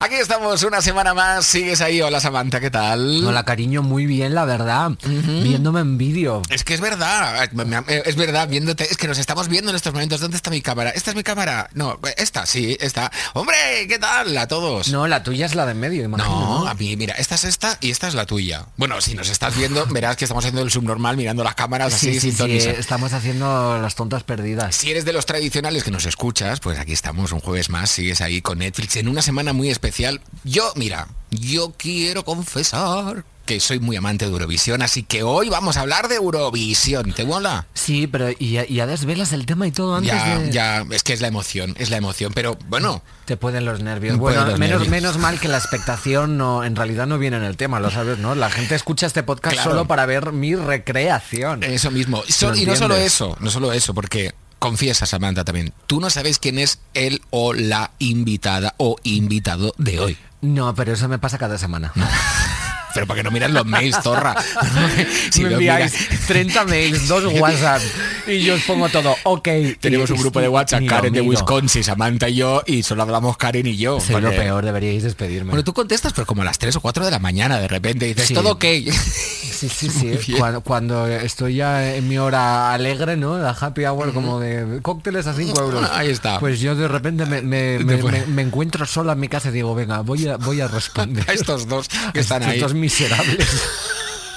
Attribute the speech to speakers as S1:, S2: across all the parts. S1: Aquí estamos una semana más. Sigues ahí. Hola, Samantha, ¿qué tal?
S2: Hola, cariño, muy bien, la verdad. Viéndome en vídeo.
S1: Es que es verdad, me- me- es verdad, viéndote, es que nos estamos viendo en estos momentos. ¿Dónde está mi cámara? ¿Esta es mi cámara? No, esta, sí, esta. ¡Hombre! ¿Qué tal? A todos.
S2: No, la tuya es la de en medio, imagino.
S1: No, a mí, mira, esta es esta y esta es la tuya. Bueno, si nos estás viendo, verás que estamos haciendo el subnormal mirando las cámaras
S2: Sí, eh,
S1: así
S2: sí, sí,
S1: sintonizadas.
S2: estamos haciendo las tontas perdidas.
S1: Si eres de los tradicionales que nos escuchas, pues aquí estamos un jueves más, sigues ahí con Netflix en una semana muy especial. Yo, mira, yo quiero confesar que soy muy amante de Eurovisión, así que hoy vamos a hablar de Eurovisión. ¿Te mola?
S2: Sí, pero y ya, y ya desvelas el tema y todo antes
S1: Ya,
S2: de...
S1: ya, es que es la emoción, es la emoción, pero bueno,
S2: Te pueden los nervios.
S1: Me
S2: Bueno,
S1: pueden los
S2: menos,
S1: nervios.
S2: menos mal que la expectación no, en realidad no viene en el tema, lo sabes, ¿no? La gente escucha este podcast
S1: Claro. Eh.
S2: solo para ver mi recreación.
S1: eso mismo. So-
S2: Lo
S1: y no solo
S2: entiendes.
S1: eso, no solo eso, porque confiesa Samantha también, tú no sabes quién es el o la invitada o invitado de hoy.
S2: No, pero eso me pasa cada semana.
S1: Pero para que no miras los mails, zorra. Si
S2: me
S1: los
S2: enviáis
S1: miras-
S2: 30 mails, dos WhatsApp y yo os pongo todo. Ok.
S1: Tenemos
S2: y-
S1: un grupo de
S2: y-
S1: WhatsApp,
S2: ni lo
S1: Karen de
S2: miro.
S1: Wisconsin, Samantha y yo, y solo hablamos Karen y yo.
S2: Soy lo
S1: porque-
S2: peor, deberíais despedirme.
S1: Bueno, tú contestas, pero como a las 3 o 4 de la mañana, de repente dices,
S2: Sí.
S1: todo ok.
S2: Sí, sí,
S1: Muy
S2: sí.
S1: bien.
S2: Cuando, cuando estoy ya en mi hora alegre, ¿no? La happy hour como de cócteles a 5 euros.
S1: Ahí está.
S2: Pues yo de repente me, me-
S1: Te
S2: me-
S1: fue.
S2: me- me encuentro sola en mi casa y digo, venga, voy a, voy a responder.
S1: A estos dos que están ahí,
S2: Estos miserables.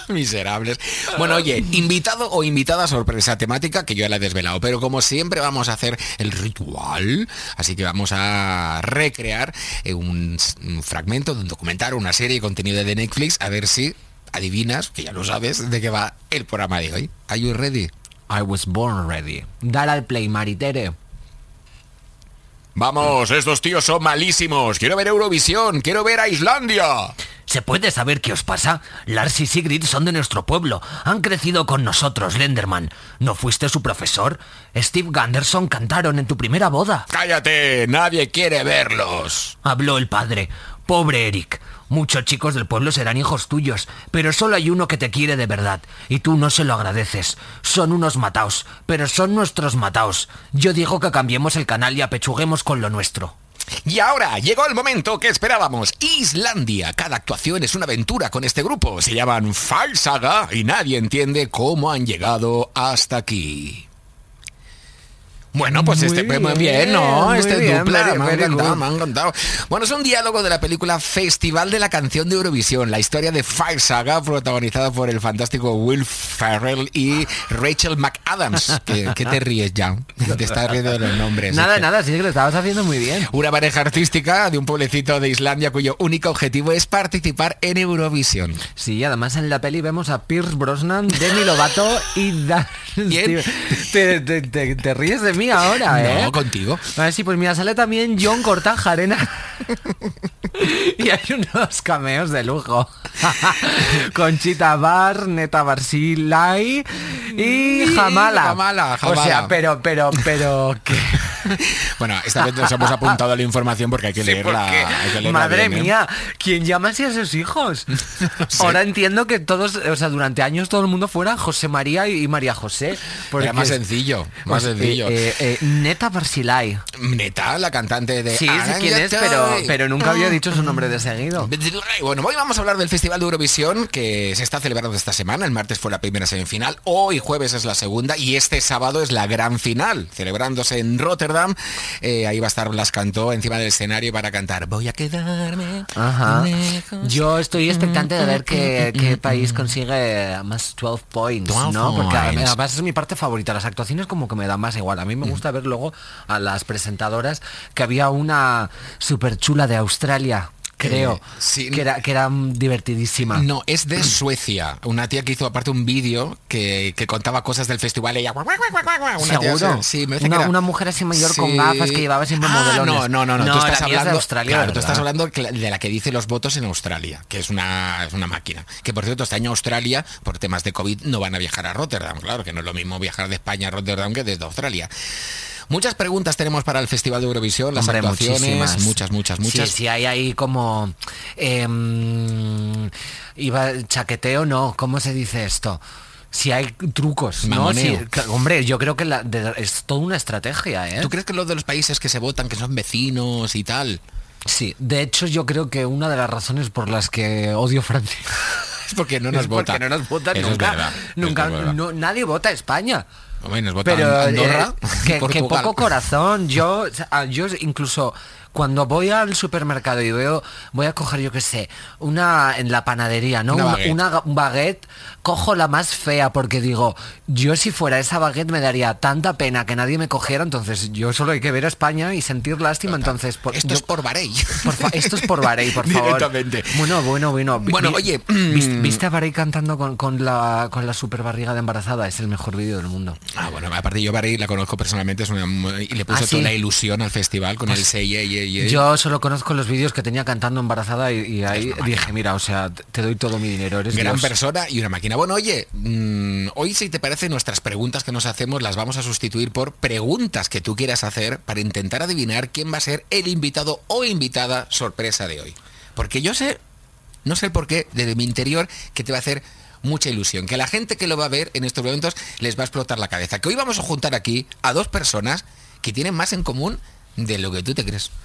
S1: miserables. Bueno, oye, invitado o invitada sorpresa temática que yo ya la he desvelado, pero como siempre vamos a hacer el ritual, así que vamos a recrear eh, un, s- un fragmento de un documental, una serie de contenido de Netflix, a ver si adivinas, que ya lo sabes, de qué va el programa de hoy. ¿Are you ready?
S2: I was born ready. Dar al play, maritere.
S1: Vamos, estos tíos son malísimos. Quiero ver Eurovisión, quiero ver a Islandia.
S3: ¿Se puede saber qué os pasa? Lars y Sigrid son de nuestro pueblo. Han crecido con nosotros, Lenderman. ¿No fuiste su profesor? Steve Ganderson cantaron en tu primera boda.
S1: Cállate, nadie quiere verlos.
S3: Habló el padre. Pobre Eric. Muchos chicos del pueblo serán hijos tuyos, pero solo hay uno que te quiere de verdad, y tú no se lo agradeces. Son unos mataos, pero son nuestros mataos. Yo digo que cambiemos el canal y apechuguemos con lo nuestro.
S1: Y ahora llegó el momento que esperábamos. Islandia. Cada actuación es una aventura con este grupo. Se llaman Falsaga y nadie entiende cómo han llegado hasta aquí. Bueno, pues
S2: Muy
S1: este muy
S2: bien,
S1: bien, ¿no?
S2: muy
S1: Este
S2: bien,
S1: dupla
S2: very,
S1: me ha
S2: very
S1: encantado,
S2: good.
S1: me ha encantado. Bueno, es un diálogo de la película Festival de la Canción de Eurovisión, la historia de Fire Saga, protagonizada por el fantástico Will Ferrell y Rachel McAdams. ¿Qué, qué te ríes ya? Te estás riendo de los nombres.
S2: nada,
S1: Es que-
S2: nada, sí que lo estabas haciendo muy bien.
S1: Una pareja artística de un pueblecito de Islandia cuyo único objetivo es participar en Eurovisión.
S2: Sí, además en la peli vemos a Pierce Brosnan, Demi Lovato y Dan...
S1: Bien.
S2: Te, te- te- te ríes de mí ahora, ¿eh?
S1: No, contigo.
S2: A ver, sí, pues mira, sale también John Cortajarena. y hay unos cameos de lujo. Conchita Bar, Neta Barsilai y Jamala.
S1: Jamala, Jamala.
S2: O sea, pero, pero, pero... ¿qué?
S1: Bueno, esta vez nos hemos apuntado a la información porque hay que leerla. hay que leerla
S2: Madre
S1: bien, ¿eh?
S2: mía, ¿quién llama así a sus hijos? Ahora entiendo que todos, o sea, durante años todo el mundo fuera José María y, y María José.
S1: Era más
S2: es-
S1: sencillo, más
S2: pues,
S1: sencillo.
S2: eh, eh, eh, Neta Barsilai.
S1: Neta, la cantante de...
S2: Sí, sé quién es, pero, pero nunca
S1: Ah.
S2: había dicho su nombre de seguido.
S1: Bueno, hoy vamos a hablar del Festival de Eurovisión que se está celebrando esta semana. El martes fue la primera semifinal, hoy jueves es la segunda y este sábado es la gran final, celebrándose en Rotterdam. Eh, ahí va a estar Blas Cantó encima del escenario para cantar Voy a quedarme
S2: Ajá.
S1: lejos".
S2: Yo estoy expectante de ver qué,
S1: Mm,
S2: qué país consigue más 12 points,
S1: 12
S2: ¿no? Porque a-
S1: points. Mm.
S2: además es mi parte favorita. Las actuaciones como que me dan más igual. A mí me gusta ver luego a las presentadoras que había una súper chula de Australia, creo,
S1: sí.
S2: que, era, que era mm, divertidísima.
S1: No, es de Suecia. Una tía que hizo aparte un vídeo que, que contaba cosas del festival. Ella, guau, guau, guau, guau, guau. Una tía
S2: ¿Seguro?
S1: así, sí, me parece que
S2: una,
S1: era-
S2: una mujer así mayor con
S1: Sí.
S2: gafas que llevaba siempre
S1: Ah,
S2: modelones.
S1: No, no, no, no. tú
S2: la
S1: estás
S2: mía es de
S1: hablando,
S2: Australia,
S1: claro, tú estás
S2: ¿verdad?
S1: hablando cla- de la que dice los votos en Australia, que es una, es una máquina. Que por cierto, este año Australia, por temas de COVID, no van a viajar a Rotterdam. Claro, que no es lo mismo viajar de España a Rotterdam que desde Australia. Muchas preguntas tenemos para el Festival de Eurovisión, las
S2: Hombre,
S1: actuaciones,
S2: muchísimas.
S1: muchas, muchas, muchas.
S2: Sí, sí, hay ahí como... em, iba chaqueteo, no, ¿cómo se dice esto? Si hay trucos, ¿no?
S1: Mamoneo.
S2: Sí, ca- hombre, yo creo que la- de- es toda una estrategia, ¿eh?
S1: ¿Tú crees que los de los países que se votan, que son vecinos y tal?
S2: Sí, de hecho yo creo que una de las razones por las que odio Francia
S1: Es porque no nos
S2: es
S1: vota.
S2: Porque no nos votan
S1: Eso es
S2: nunca.
S1: verdad.
S2: nunca
S1: Eso es verdad.
S2: no- nadie vota a España.
S1: Hombre, nos vota
S2: Pero eh,
S1: Andorra. y
S2: que, que
S1: Portugal.
S2: poco corazón. Yo, o sea, ah, yo incluso cuando voy al supermercado y veo, voy a coger, yo qué sé, una en la panadería, ¿no?
S1: Una
S2: Un-
S1: baguette.
S2: ga- un baguette, cojo la más fea porque digo, yo si fuera esa baguette me daría tanta pena que nadie me cogiera, entonces yo solo hay que ver a España y sentir lástima, entonces... por-
S1: Esto
S2: yo-
S1: es por Bahrein.
S2: por fa- esto es por Barey, por favor.
S1: Directamente.
S2: Bueno, bueno, bueno. Vi-
S1: Bueno,
S2: vi-
S1: oye,
S2: vis-
S1: mm.
S2: ¿Viste a Barey cantando con, con la, con la super barriga de embarazada? Es el mejor vídeo del mundo.
S1: Ah, bueno, aparte yo Bahrein la conozco personalmente es una mu- y le puso
S2: Ah,
S1: toda
S2: ¿sí? Pues
S1: la ilusión al festival con el Say Yeah, Yeah, Yeah.
S2: Yo solo conozco los vídeos que tenía cantando embarazada y, y ahí
S1: una máquina.
S2: dije, mira, o sea, te te doy todo mi dinero, eres
S1: Gran
S2: Dios".
S1: persona y una máquina. Bueno, oye, mm, hoy si te parece nuestras preguntas que nos hacemos las vamos a sustituir por preguntas que tú quieras hacer para intentar adivinar quién va a ser el invitado o invitada sorpresa de hoy. Porque yo sé, no sé por qué, desde mi interior, que te va a hacer mucha ilusión, que a la gente que lo va a ver en estos momentos les va a explotar la cabeza. Que hoy vamos a juntar aquí a dos personas que tienen más en común de lo que tú te crees.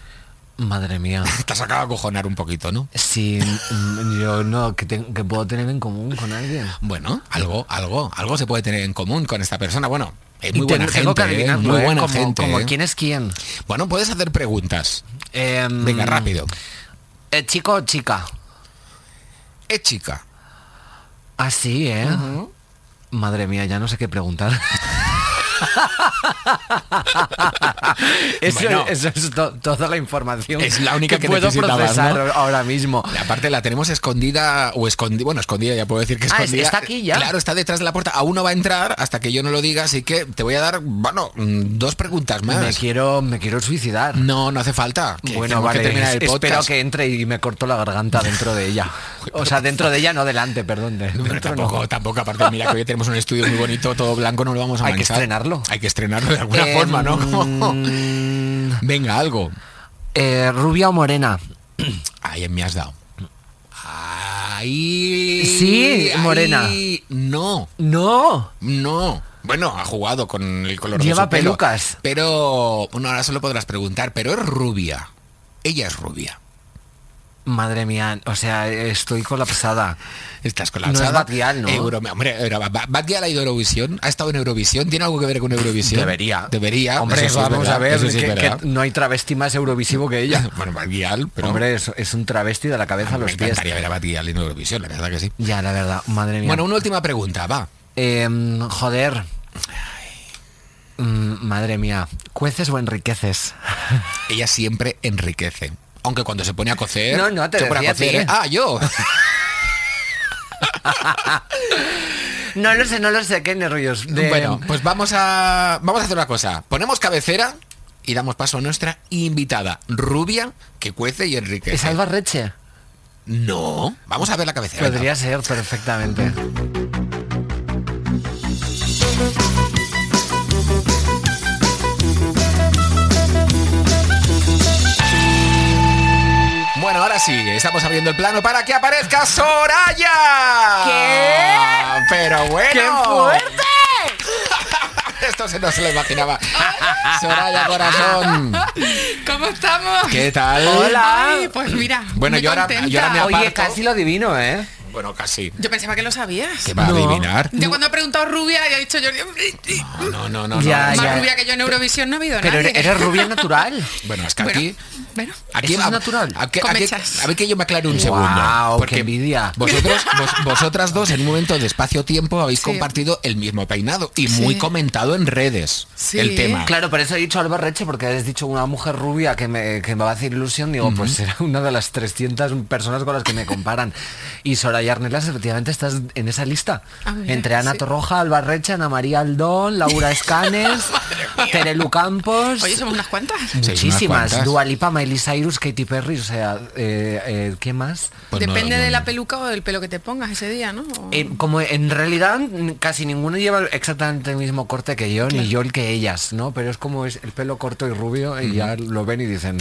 S2: Madre mía.
S1: Te has acabado de acojonar un poquito, ¿no?
S2: Sí, mm, yo no, que, te- que puedo tener en común con alguien.
S1: Bueno, algo, algo, algo se puede tener en común con esta persona. Bueno, es muy
S2: Y te-
S1: buena
S2: tengo
S1: gente,
S2: que
S1: ¿eh?
S2: adivinarlo,
S1: muy
S2: ¿eh?
S1: buena
S2: como,
S1: gente.
S2: como
S1: ¿eh?
S2: quién es quién.
S1: Bueno, puedes hacer preguntas.
S2: Em,
S1: Venga, rápido.
S2: eh, chico o chica.
S1: ¿Es chica?
S2: Así, ¿eh? Madre mía, ya no sé qué preguntar. eso,
S1: Bueno.
S2: eso es to- toda la información.
S1: Es la única que
S2: puedo
S1: necesitabas,
S2: procesar
S1: ¿no?
S2: ahora mismo.
S1: Aparte la tenemos escondida o escondida, bueno, escondida, ya puedo decir que
S2: Ah, es-
S1: escondida.
S2: está aquí ya.
S1: Claro, está detrás de la puerta. Aún no va a entrar hasta que yo no lo diga, así que te voy a dar, bueno, mm, dos preguntas
S2: Me
S1: más.
S2: quiero, me quiero suicidar.
S1: No, no hace falta. que
S2: bueno,
S1: tenemos que
S2: vale,
S1: terminar el
S2: es- espero
S1: podcast.
S2: que entre y me corto la garganta dentro de ella. O sea, dentro de ella, no delante, perdón. de-
S1: Bueno,
S2: dentro no.
S1: tampoco, tampoco, aparte, mira que hoy tenemos un estudio muy bonito, todo blanco, no lo vamos a
S2: Hay que
S1: manchar.
S2: estrenarlo.
S1: Hay que estrenarlo de alguna
S2: Em,
S1: forma, ¿no? Como- Venga, algo.
S2: eh, rubia o morena.
S1: Ahí me has dado. Ahí.
S2: Sí, morena.
S1: No,
S2: No.
S1: no. Bueno, ha jugado con el color
S2: Lleva
S1: de su pelo,
S2: pelucas.
S1: pero bueno, ahora solo podrás preguntar, pero es rubia. Ella es rubia.
S2: Madre mía, o sea, estoy colapsada.
S1: Estás
S2: es
S1: colapsada.
S2: Batgirl, ¿no?
S1: Euro- hombre, era- Bat- Batgirl ha ido a Eurovisión, ha estado en Eurovisión, ¿tiene algo que ver con Eurovisión? Debería. eso
S2: Hombre,
S1: sí es
S2: vamos
S1: verdad,
S2: a ver,
S1: eso sí es
S2: que- que
S1: verdad.
S2: no hay travesti más eurovisivo que ella.
S1: Bueno, Batgirl, pero
S2: Hombre, es, es un travesti de la cabeza a
S1: me
S2: los pies.
S1: encantaría ver a Batgirl en Eurovisión, la verdad que sí.
S2: Ya, la verdad, madre mía.
S1: Bueno, una última pregunta, va.
S2: Em, joder. Mm, madre mía, ¿cueces o enriqueces?
S1: ella siempre enriquece. Aunque cuando se pone a cocer.
S2: No, no, te
S1: se pone
S2: decía a ti,
S1: ¿eh?
S2: ¿eh?
S1: Ah, yo.
S2: No lo sé, no lo sé, qué nervios. De-
S1: Bueno, pues vamos a. Vamos a hacer una cosa. Ponemos cabecera y damos paso a nuestra invitada, rubia, que cuece y enriquece.
S2: ¿Es Alba em, Reche?
S1: No. Vamos a ver la cabecera.
S2: Podría ser perfectamente.
S1: Bueno, ahora sí, estamos abriendo el plano para que aparezca Soraya.
S2: ¿Qué?
S1: Pero bueno.
S2: ¡Qué fuerte!
S1: Esto se no se lo imaginaba. Soraya Corazón.
S4: ¿Cómo estamos?
S1: ¿Qué tal?
S2: Hola.
S4: Ay, pues mira.
S1: Bueno,
S4: muy
S1: yo ahora-
S4: contenta.
S1: yo ahora me ap-
S2: Oye,
S1: Aparto.
S2: casi lo divino, ¿eh?
S1: Bueno, casi.
S4: Yo pensaba que lo sabías.
S1: ¿Qué va
S2: No.
S1: a adivinar?
S4: Yo cuando he preguntado rubia, ya he dicho yo.
S1: Ah, No, no, no.
S2: Ya,
S1: no,
S4: Más
S1: no.
S2: ya.
S4: rubia que yo en Eurovisión no ha habido
S2: Pero
S4: nadie.
S2: eres eres rubia natural.
S1: Bueno, es que
S4: Bueno,
S1: aquí...
S4: bueno.
S1: Aquí,
S2: Eso es
S1: a-
S2: natural.
S1: a que- a
S4: Con
S1: que-
S4: mechas.
S1: a ver que yo me aclare un
S2: Guau,
S1: segundo.
S2: qué envidia.
S1: Vosotros, vos- vosotras dos, en un momento de espacio-tiempo, habéis
S4: Sí.
S1: compartido el mismo peinado y
S4: Sí.
S1: muy comentado en redes
S4: Sí.
S1: el tema.
S2: Claro, por eso he dicho Alba Reche, porque has dicho una mujer rubia que me, que me va a hacer ilusión. Digo, pues será una de las 300 personas con las que me comparan. y Soraya Arnelas, efectivamente, estás en esa lista.
S4: Ah, mira,
S2: Entre Ana
S4: sí.
S2: Torroja, Alba Reche, Ana María Aldón, Laura Escanes, Terelu Campos.
S4: Oye, somos unas cuantas.
S1: unas
S2: Muchísimas.
S1: cuantas.
S2: Dua Lipa, Miley Cyrus, Katy Perry, o sea, eh, eh, ¿qué más?
S1: Pues no,
S4: Depende
S1: no,
S4: de
S1: no.
S4: la peluca o del pelo que te pongas ese día, ¿no? O-
S2: Eh, como en realidad n- casi ninguno lleva exactamente el mismo corte que yo, ni yo el que ellas, ¿no? Pero es como es el pelo corto y rubio y ya lo ven y dicen,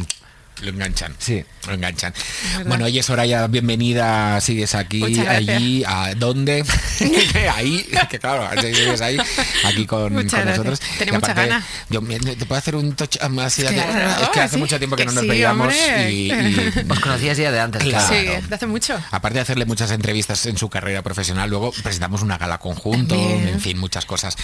S1: Lo enganchan.
S2: Sí.
S1: Lo enganchan.
S4: verdad.
S1: Bueno, oye, Soraya, bienvenida. Sigues aquí,
S4: Muchas gracias.
S1: allí, ¿a dónde? ahí, que claro, sigues ahí, aquí con,
S4: Muchas
S1: con
S4: gracias.
S1: nosotros.
S4: Tenía
S1: Y
S4: muchas
S1: aparte,
S4: ganas.
S1: Yo, me- ¿Te puedo hacer un touch up más? y ya que-
S4: Claro,
S1: es que hace
S4: sí,
S1: mucho tiempo que,
S4: que
S1: no nos
S4: sí,
S1: veíamos
S4: hombre.
S1: y- y
S3: Os conocías ya de antes.
S1: Claro.
S4: Sí, de hace mucho.
S1: Aparte de hacerle muchas entrevistas en su carrera profesional, luego presentamos una gala conjunto,
S4: Bien.
S1: en fin, muchas cosas.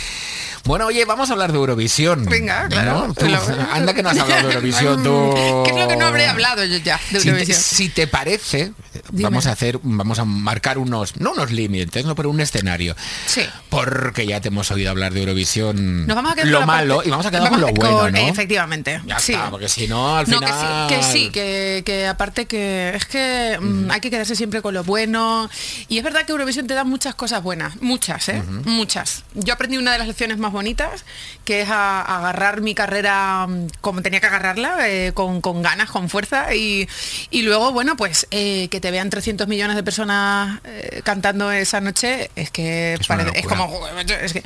S1: Bueno, oye, vamos a hablar de Eurovisión.
S4: Venga, claro.
S1: Mm, ¿no? Tú,
S4: Lo-
S1: anda que no has hablado de Eurovisión, tú.
S4: ¿Qué es lo que no habré hablado yo ya de
S1: Si te,
S4: Eurovisión?
S1: si te parece,
S4: Dime.
S1: vamos a hacer, vamos a marcar unos, no unos límites, no, pero un escenario.
S4: Sí.
S1: Porque ya te hemos oído hablar de Eurovisión.
S4: Nos vamos a quedar
S1: lo
S4: con la parte-
S1: malo y vamos a quedar con lo
S4: con-
S1: bueno, ¿no?
S4: Efectivamente.
S1: Ya
S4: sí.
S1: está, porque si no, al
S4: No, que
S1: final.
S4: sí, que sí, que, que aparte que es que mm, hay que quedarse siempre con lo bueno. Y es verdad que Eurovisión te da muchas cosas buenas, muchas, ¿eh? Muchas. Yo aprendí una de las lecciones más bonitas, que es a- a agarrar mi carrera mm, como tenía que agarrarla, eh, con, con ganas, con fuerza. Y, y luego, bueno, pues eh, que te vean 300 millones de personas eh, cantando esa noche, es que
S1: Es una
S4: parece- es
S1: locura.
S4: como... es que-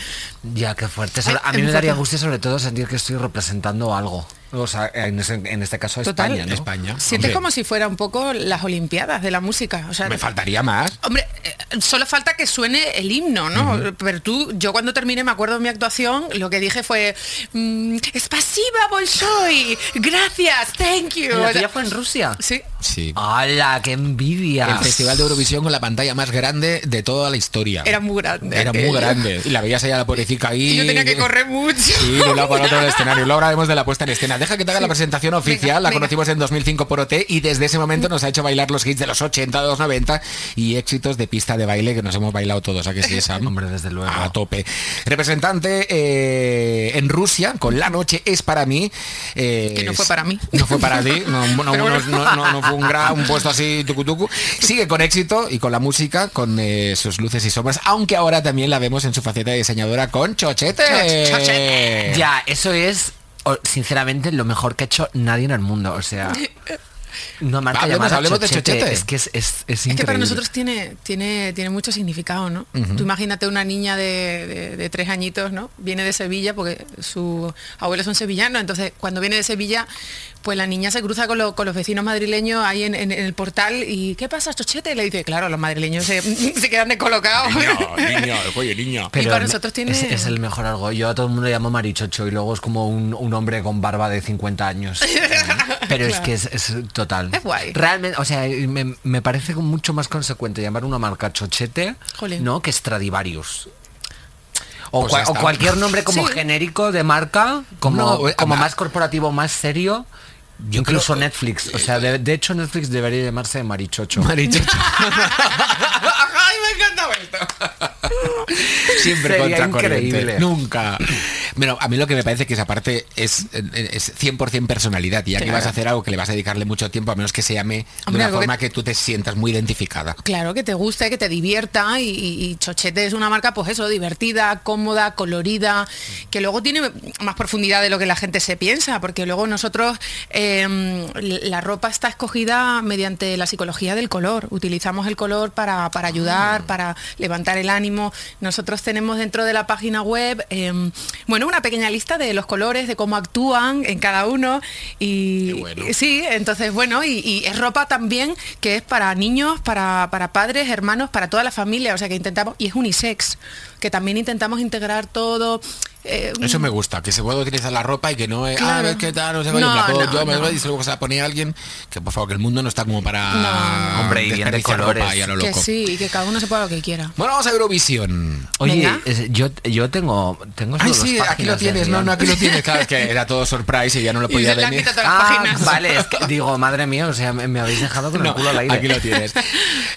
S2: Ya, qué fuerte. Sobre-
S4: Ay,
S2: a mí
S4: es
S2: me
S4: muy
S2: daría
S4: fuerte.
S2: angustia sobre todo sentir que estoy representando algo. O sea, en, ese- en este caso a
S4: Total.
S2: España, ¿no?
S1: España.
S4: Sientes
S1: Hombre.
S4: como si fuera un poco las Olimpiadas de la música. O sea,
S1: Me faltaría más.
S4: Hombre, eh, solo falta que suene el himno, ¿no? Pero tú, yo cuando terminé, me acuerdo de mi actuación, lo que dije fue, mm, es pasiva, Bolshoi, gracias, thank you.
S3: La
S4: O sea,
S3: tuya fue en Rusia.
S4: Sí,
S1: Sí.
S3: ¡Hala, qué envidia!
S1: El Festival de Eurovisión con la pantalla más grande de toda la historia.
S4: era muy grande.
S1: Era muy
S4: aquello.
S1: grande. Y la veías allá a la pobrecita ahí.
S4: Y yo tenía que correr mucho.
S1: Sí, de un lado para otro del escenario. Luego hablaremos de la puesta en escena. Deja que te haga la presentación oficial. la
S4: venga.
S1: conocimos en 2005 por OT y desde ese momento nos ha hecho bailar los hits de los 80, de los 90 y éxitos de pista de baile que nos hemos bailado todos. ¿A que sí, Sam?
S2: Hombre, desde luego.
S1: A tope. Representante eh, en Rusia con La Noche es para mí. eh,
S4: Que no fue para mí.
S1: No fue para ti. No, no-
S4: Pero bueno.
S1: no- no- no- no fue un, gra- un puesto así tucu tucu. Sigue con éxito y con la música, con eh, sus luces y sombras, aunque ahora también la vemos en su faceta de diseñadora con Chochete.
S4: Choch- Chochete.
S3: Ya,
S2: Ya, eso es, o- sinceramente, lo mejor que ha hecho nadie en el mundo. O sea, no marca
S1: Hablemos-
S2: llamada
S1: hablemos de Chochete.
S2: Es que es, es, es
S4: Es que para
S2: increíble.
S4: nosotros tiene, tiene, tiene mucho significado, ¿no? Tú imagínate una niña de, de- de tres añitos, ¿no? Viene de Sevilla porque sus abuelos son sevillanos, entonces cuando viene de Sevilla, pues la niña se cruza con, lo- con los vecinos madrileños ahí en, en- en el portal y ¿qué pasa, chochete? Y le dice, claro, los madrileños se, se quedan descolocados.
S1: oye, niña.
S4: Y para
S2: me-
S4: nosotros tiene-
S2: es, es el mejor algo. Yo a todo el mundo le llamo marichocho y luego es como un, un hombre con barba de 50 años. Pero es que es, es total.
S4: Es guay.
S2: Realmente, o sea, me, me parece como mucho más consecuente llamar una marca chochete,
S4: Jolín.
S2: ¿no? Que Stradivarius. O,
S1: Pues
S2: cua-
S1: ya
S2: o
S1: está.
S2: cualquier nombre como
S4: Sí.
S2: genérico de marca,
S1: No,
S2: como,
S1: eh,
S2: como
S1: ah,
S2: más corporativo, más serio. incluso Netflix. O sea, de, de hecho Netflix debería llamarse Marichocho.
S1: Marichocho.
S4: Ay, me encantaba esto.
S1: Siempre
S2: Sería
S1: contracorriente.
S2: increíble.
S1: Nunca. Bueno, a mí lo que me parece que esa parte es, es 100% personalidad. Y ya que
S4: Claro.
S1: vas a hacer algo que le vas a dedicarle mucho tiempo, a menos que se llame de
S4: Hombre,
S1: una
S4: algo que-
S1: forma que... tú te sientas muy identificada.
S4: Claro, que te guste, que te divierta y, y- y Chochete es una marca, pues eso, divertida, cómoda, colorida, que luego tiene más profundidad de lo que la gente se piensa, porque luego nosotros eh, la ropa está escogida mediante la psicología del color. Utilizamos el color para, para
S1: Ah.
S4: ayudar, para levantar el ánimo. Nosotros tenemos dentro de la página web, eh, bueno, una pequeña lista de los colores, de cómo actúan en cada uno y
S1: Qué bueno.
S4: Sí, entonces bueno, y, y es ropa también que es para niños, para, para padres, hermanos, para toda la familia, o sea que intentamos, y es unisex, que también intentamos integrar todo. eh,
S1: Eso me gusta, que se pueda utilizar la ropa y que no es, ah, a
S4: Claro.
S1: ver qué tal, no sé, qué,
S4: No,
S1: me la puedo
S4: no,
S1: yo, me
S4: no.
S1: y se luego se la pone a alguien, que por favor, que el mundo no está como para
S4: No.
S3: Hombre, y bien de
S1: desperdiciar
S3: colores.
S1: ropa y a lo
S4: que
S1: loco.
S4: sí, y que cada uno se pueda lo que quiera.
S1: Bueno, vamos a Eurovisión.
S2: Oye,
S4: Venga.
S2: es- yo, yo tengo, tengo
S1: Ay,
S2: solo dos
S1: sí, aquí lo
S2: páginas de
S1: tienes, no,
S2: guión.
S1: no, aquí lo tienes. Claro, es que era todo surprise y ya no lo
S4: Y
S1: podía
S4: le han
S1: venir.
S4: quitado todas las
S2: Ah,
S4: páginas.
S2: vale, es que digo, madre mía, o sea, me, me habéis dejado con el
S1: No,
S2: culo al aire.
S1: Aquí lo tienes.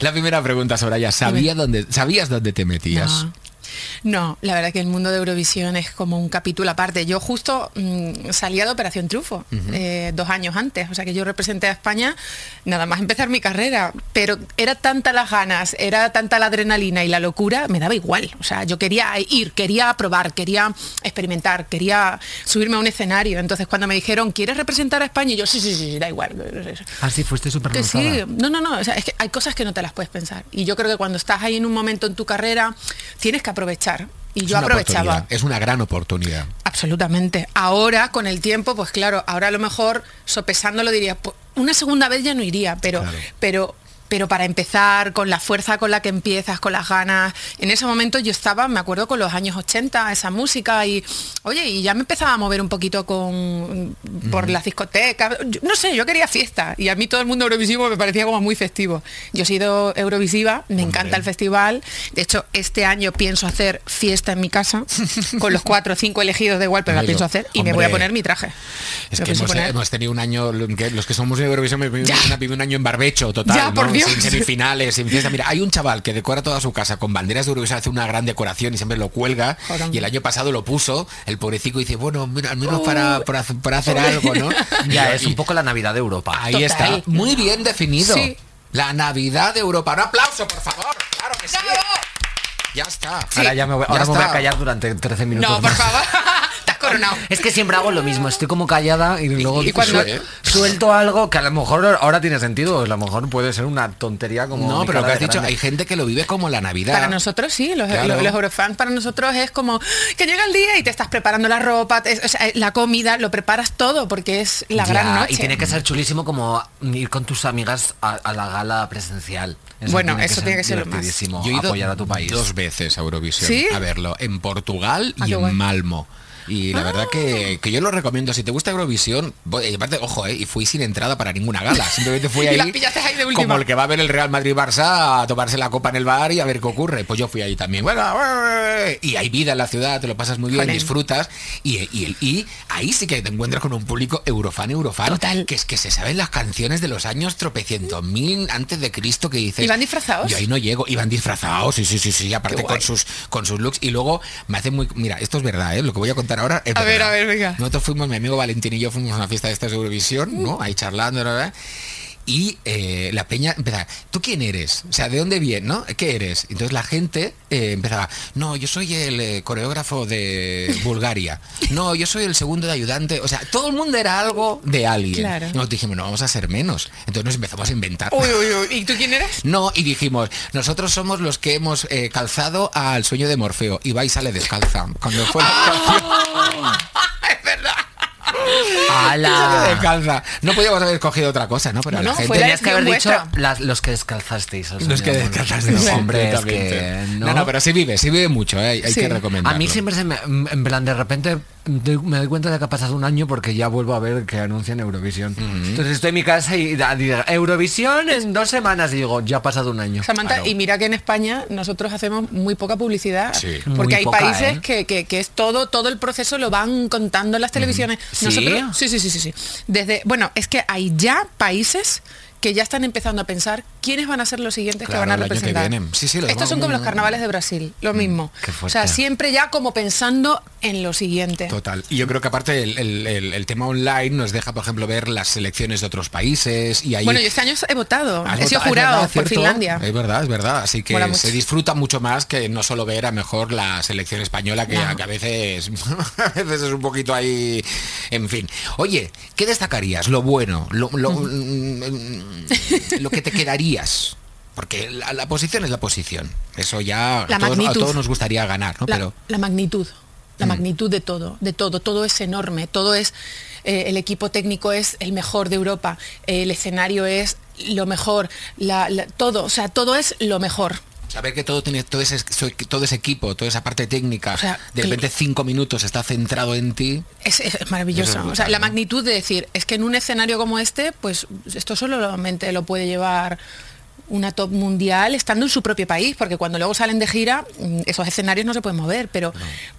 S1: La primera pregunta, Soraya, ¿sabía dónde, ¿sabías dónde te metías?
S4: No. No, la verdad que el mundo de Eurovisión es como un capítulo aparte. Yo justo mm, salía de Operación Trufo eh, dos años antes, o sea que yo representé a España nada más empezar mi carrera, pero era tanta las ganas, era tanta la adrenalina y la locura, me daba igual. O sea, yo quería ir, quería probar, quería experimentar, quería subirme a un escenario. Entonces cuando me dijeron, ¿quieres representar a España? Y yo, sí, sí, sí, da igual.
S2: Así Ah, fuiste súper
S4: Que sí,
S2: lanzada.
S4: no, no, no, o sea, es que hay cosas que no te las puedes pensar. Y yo creo que cuando estás ahí en un momento en tu carrera, tienes que aprovechar. Y
S1: Es
S4: yo
S1: una
S4: aprovechaba.
S1: oportunidad, Es una gran oportunidad.
S4: Absolutamente. Ahora, con el tiempo, pues claro, ahora a lo mejor sopesándolo diría, "Pues, una segunda vez ya no iría, pero,
S1: Claro.
S4: pero, pero para empezar, con la fuerza con la que empiezas, con las ganas, en ese momento yo estaba, me acuerdo, con los años 80, esa música y, oye, y ya me empezaba a mover un poquito con, por las discotecas, Yo- no sé, yo quería fiesta y a mí todo el mundo eurovisivo me parecía como muy festivo. Yo he sido eurovisiva, me encanta el festival, de hecho, este año pienso hacer fiesta en mi casa, con los cuatro o cinco elegidos de igual, pero la
S1: Bueno,
S4: pienso hacer y me voy a
S1: hombre.
S4: poner mi traje.
S1: Es
S4: Me
S1: que
S4: pienso
S1: hemos,
S4: poner-
S1: hemos tenido un año, que los que somos de Eurovisión hemos vivido
S4: Ya.
S1: una- vivido un año en barbecho total,
S4: Ya,
S1: ¿no?
S4: por Dios.
S1: sin semifinales, sin fiesta. Mira, hay un chaval que decora toda su casa con banderas de Eurovisión, hace una gran decoración y siempre lo cuelga.
S4: Joder.
S1: Y el año pasado lo puso, el pobrecito dice, bueno, mira, al menos
S4: Uh.
S1: para, para, hacer- para hacer algo, ¿no?
S2: Ya,
S1: Y-
S2: es un
S1: y-
S2: poco la Navidad de Europa.
S1: Ahí
S4: Total.
S1: está. Muy bien definido.
S4: Sí.
S1: La Navidad de Europa. Un aplauso, por favor. Claro que sí. Ya está.
S2: Ahora ya me voy,
S1: Ya
S2: ahora me voy a
S1: está.
S2: callar durante 13 minutos.
S4: No, por
S2: más.
S4: favor, te has coronado.
S2: Es que siempre hago lo mismo, estoy como callada y luego
S1: y cuando-
S2: suel- suelto algo que a lo mejor ahora tiene sentido, a lo mejor puede ser una tontería como...
S1: No,
S2: mi
S1: pero lo
S2: cara
S1: que has
S2: de
S1: dicho,
S2: grande.
S1: hay gente que lo vive como la Navidad.
S4: Para nosotros sí, los,
S1: Claro.
S4: los- los eurofans para nosotros es como que llega el día y te estás preparando la ropa, te- o sea, la comida, lo preparas todo porque es la
S2: Ya,
S4: gran noche.
S2: Y tiene que ser chulísimo como ir con tus amigas a, a la gala presencial.
S4: Bueno, eso tiene que ser lo más.
S2: divertidísimo,
S1: Yo he ido
S2: apoyar a tu país.
S1: dos veces a Eurovisión
S4: ¿Sí?
S1: a verlo, en Portugal
S4: Ah,
S1: y
S4: qué
S1: en
S4: guay. Ah.
S1: Malmo. Y la verdad que, que yo lo recomiendo, si te gusta Eurovisión, voy- y aparte, ojo, eh, y fui sin entrada para ninguna gala, simplemente fui
S4: Y
S1: ahí,
S4: las pillaste ahí de última.
S1: como el que va a ver el Real Madrid-Barça a tomarse la copa en el bar y a ver qué ocurre. Pues yo fui ahí también, bueno, eh, y hay vida en la ciudad, te lo pasas muy bien,
S4: Jolín.
S1: disfrutas, y, y, el- y ahí sí que te encuentras con un público eurofan, eurofan,
S4: Total.
S1: que es que se saben las canciones de los años tropecientos mil antes de Cristo que dices...
S4: ¿Y van disfrazados?
S1: Yo ahí no llego. Iban disfrazados, sí, sí, sí, sí. Aparte
S4: guay.
S1: con sus, con sus looks. Y luego me hace muy. Mira, esto es verdad, ¿eh? Lo que voy a contar ahora es
S4: A ver,
S1: verdad.
S4: a ver, venga.
S1: Nosotros fuimos, mi amigo Valentín y yo fuimos a una fiesta de estas de Eurovisión,
S4: Mm.
S1: ¿no? Ahí charlando, bla, bla, bla. Y eh, la peña empezaba, ¿tú quién eres? O sea, ¿de dónde vienes? ¿no? ¿Qué eres? Entonces la gente eh, empezaba, no, yo soy el eh, coreógrafo de Bulgaria. No, yo soy el segundo de ayudante. O sea, todo el mundo era algo de alguien.
S4: Claro.
S1: Nos dijimos, no, vamos a ser menos. Entonces nos empezamos a inventar.
S4: Uy, uy, uy. ¿Y tú quién eres?
S1: No, y dijimos, nosotros somos los que hemos eh, calzado al sueño de Morfeo. Y va y sale descalza. Cuando fue la canción,
S4: es verdad.
S1: sale
S2: ¡Hala!
S1: descalza. No podíamos haber escogido otra cosa, ¿no? Pero
S4: Bueno,
S1: la gente...
S4: fuera
S2: Tenías que haber dicho
S4: Vuestra.
S2: las- los que descalzasteis. os
S1: No es que
S2: llamo.
S1: descalzasteis,
S2: Hombre, es
S1: completamente.
S2: que
S1: no. no, pero sí vive, sí vive mucho, eh, hay hay
S4: Sí.
S1: que recomendarlo.
S2: A mí siempre se me... En plan, de repente doy- me doy cuenta de que ha pasado un año porque ya vuelvo a ver que anuncian Eurovisión. Entonces estoy en mi casa y, da- digo, Eurovisión en dos semanas y digo, ya ha pasado un año.
S4: Samantha,
S1: Claro.
S4: y mira que en España nosotros hacemos muy poca publicidad,
S1: Sí.
S4: porque
S2: Muy
S4: hay
S2: poca,
S4: países
S2: ¿eh?
S4: que, que- que es todo, todo el proceso lo van contando
S1: Mm.
S4: en las televisiones.
S2: ¿Sí?
S4: Nosotros, sí, sí, sí, sí, sí. Desde, bueno, es que hay ya países que ya están empezando a pensar quiénes van a ser los siguientes
S1: Claro,
S4: que van a
S1: el año que
S4: representar.
S1: viene. Sí, sí, lo Mm,
S4: Estos
S1: tengo
S4: son como
S1: muy-
S4: los carnavales de Brasil, lo mismo.
S2: qué
S4: o sea,
S2: fuerte.
S4: siempre ya como pensando en lo siguiente.
S1: Total. Y yo creo que aparte el, el- el- el tema online nos deja, por ejemplo, ver las selecciones de otros países y ahí...
S4: Bueno, yo este año he votado,
S1: Has
S4: he sido
S1: votado- es
S4: jurado
S1: verdad,
S4: por
S1: ¿cierto?
S4: Finlandia.
S1: Es verdad, es verdad. Así que
S4: Mola mucho.
S1: se disfruta mucho más que no solo ver a mejor la selección española, que, que a, veces, a veces es un poquito ahí. En fin. Oye, ¿qué destacarías? Lo bueno, lo, lo, mm, lo que te quedarías. Porque la, la posición es la posición. Eso ya
S4: La
S1: a, todos, a
S4: magnitud.
S1: todos nos gustaría ganar, ¿no?
S4: La,
S1: Pero Mm.
S4: la magnitud, la magnitud de todo, de todo, todo es enorme, todo es, eh, el equipo técnico es el mejor de Europa, eh, el escenario es lo mejor, la- la- todo, o sea, todo es lo mejor.
S1: saber que todo tiene todo ese, todo ese equipo, toda esa parte técnica,
S4: O sea,
S1: de
S4: que-
S1: repente cinco minutos está centrado en ti.
S4: Es, es
S1: Eso
S4: maravilloso.
S1: es
S4: o sea,
S1: brutal,
S4: la
S1: ¿no?
S4: magnitud de decir, es que en un escenario como este, pues esto solamente lo puede llevar una top mundial estando en su propio país, porque cuando luego salen de gira, mm, esos escenarios no se pueden mover, pero,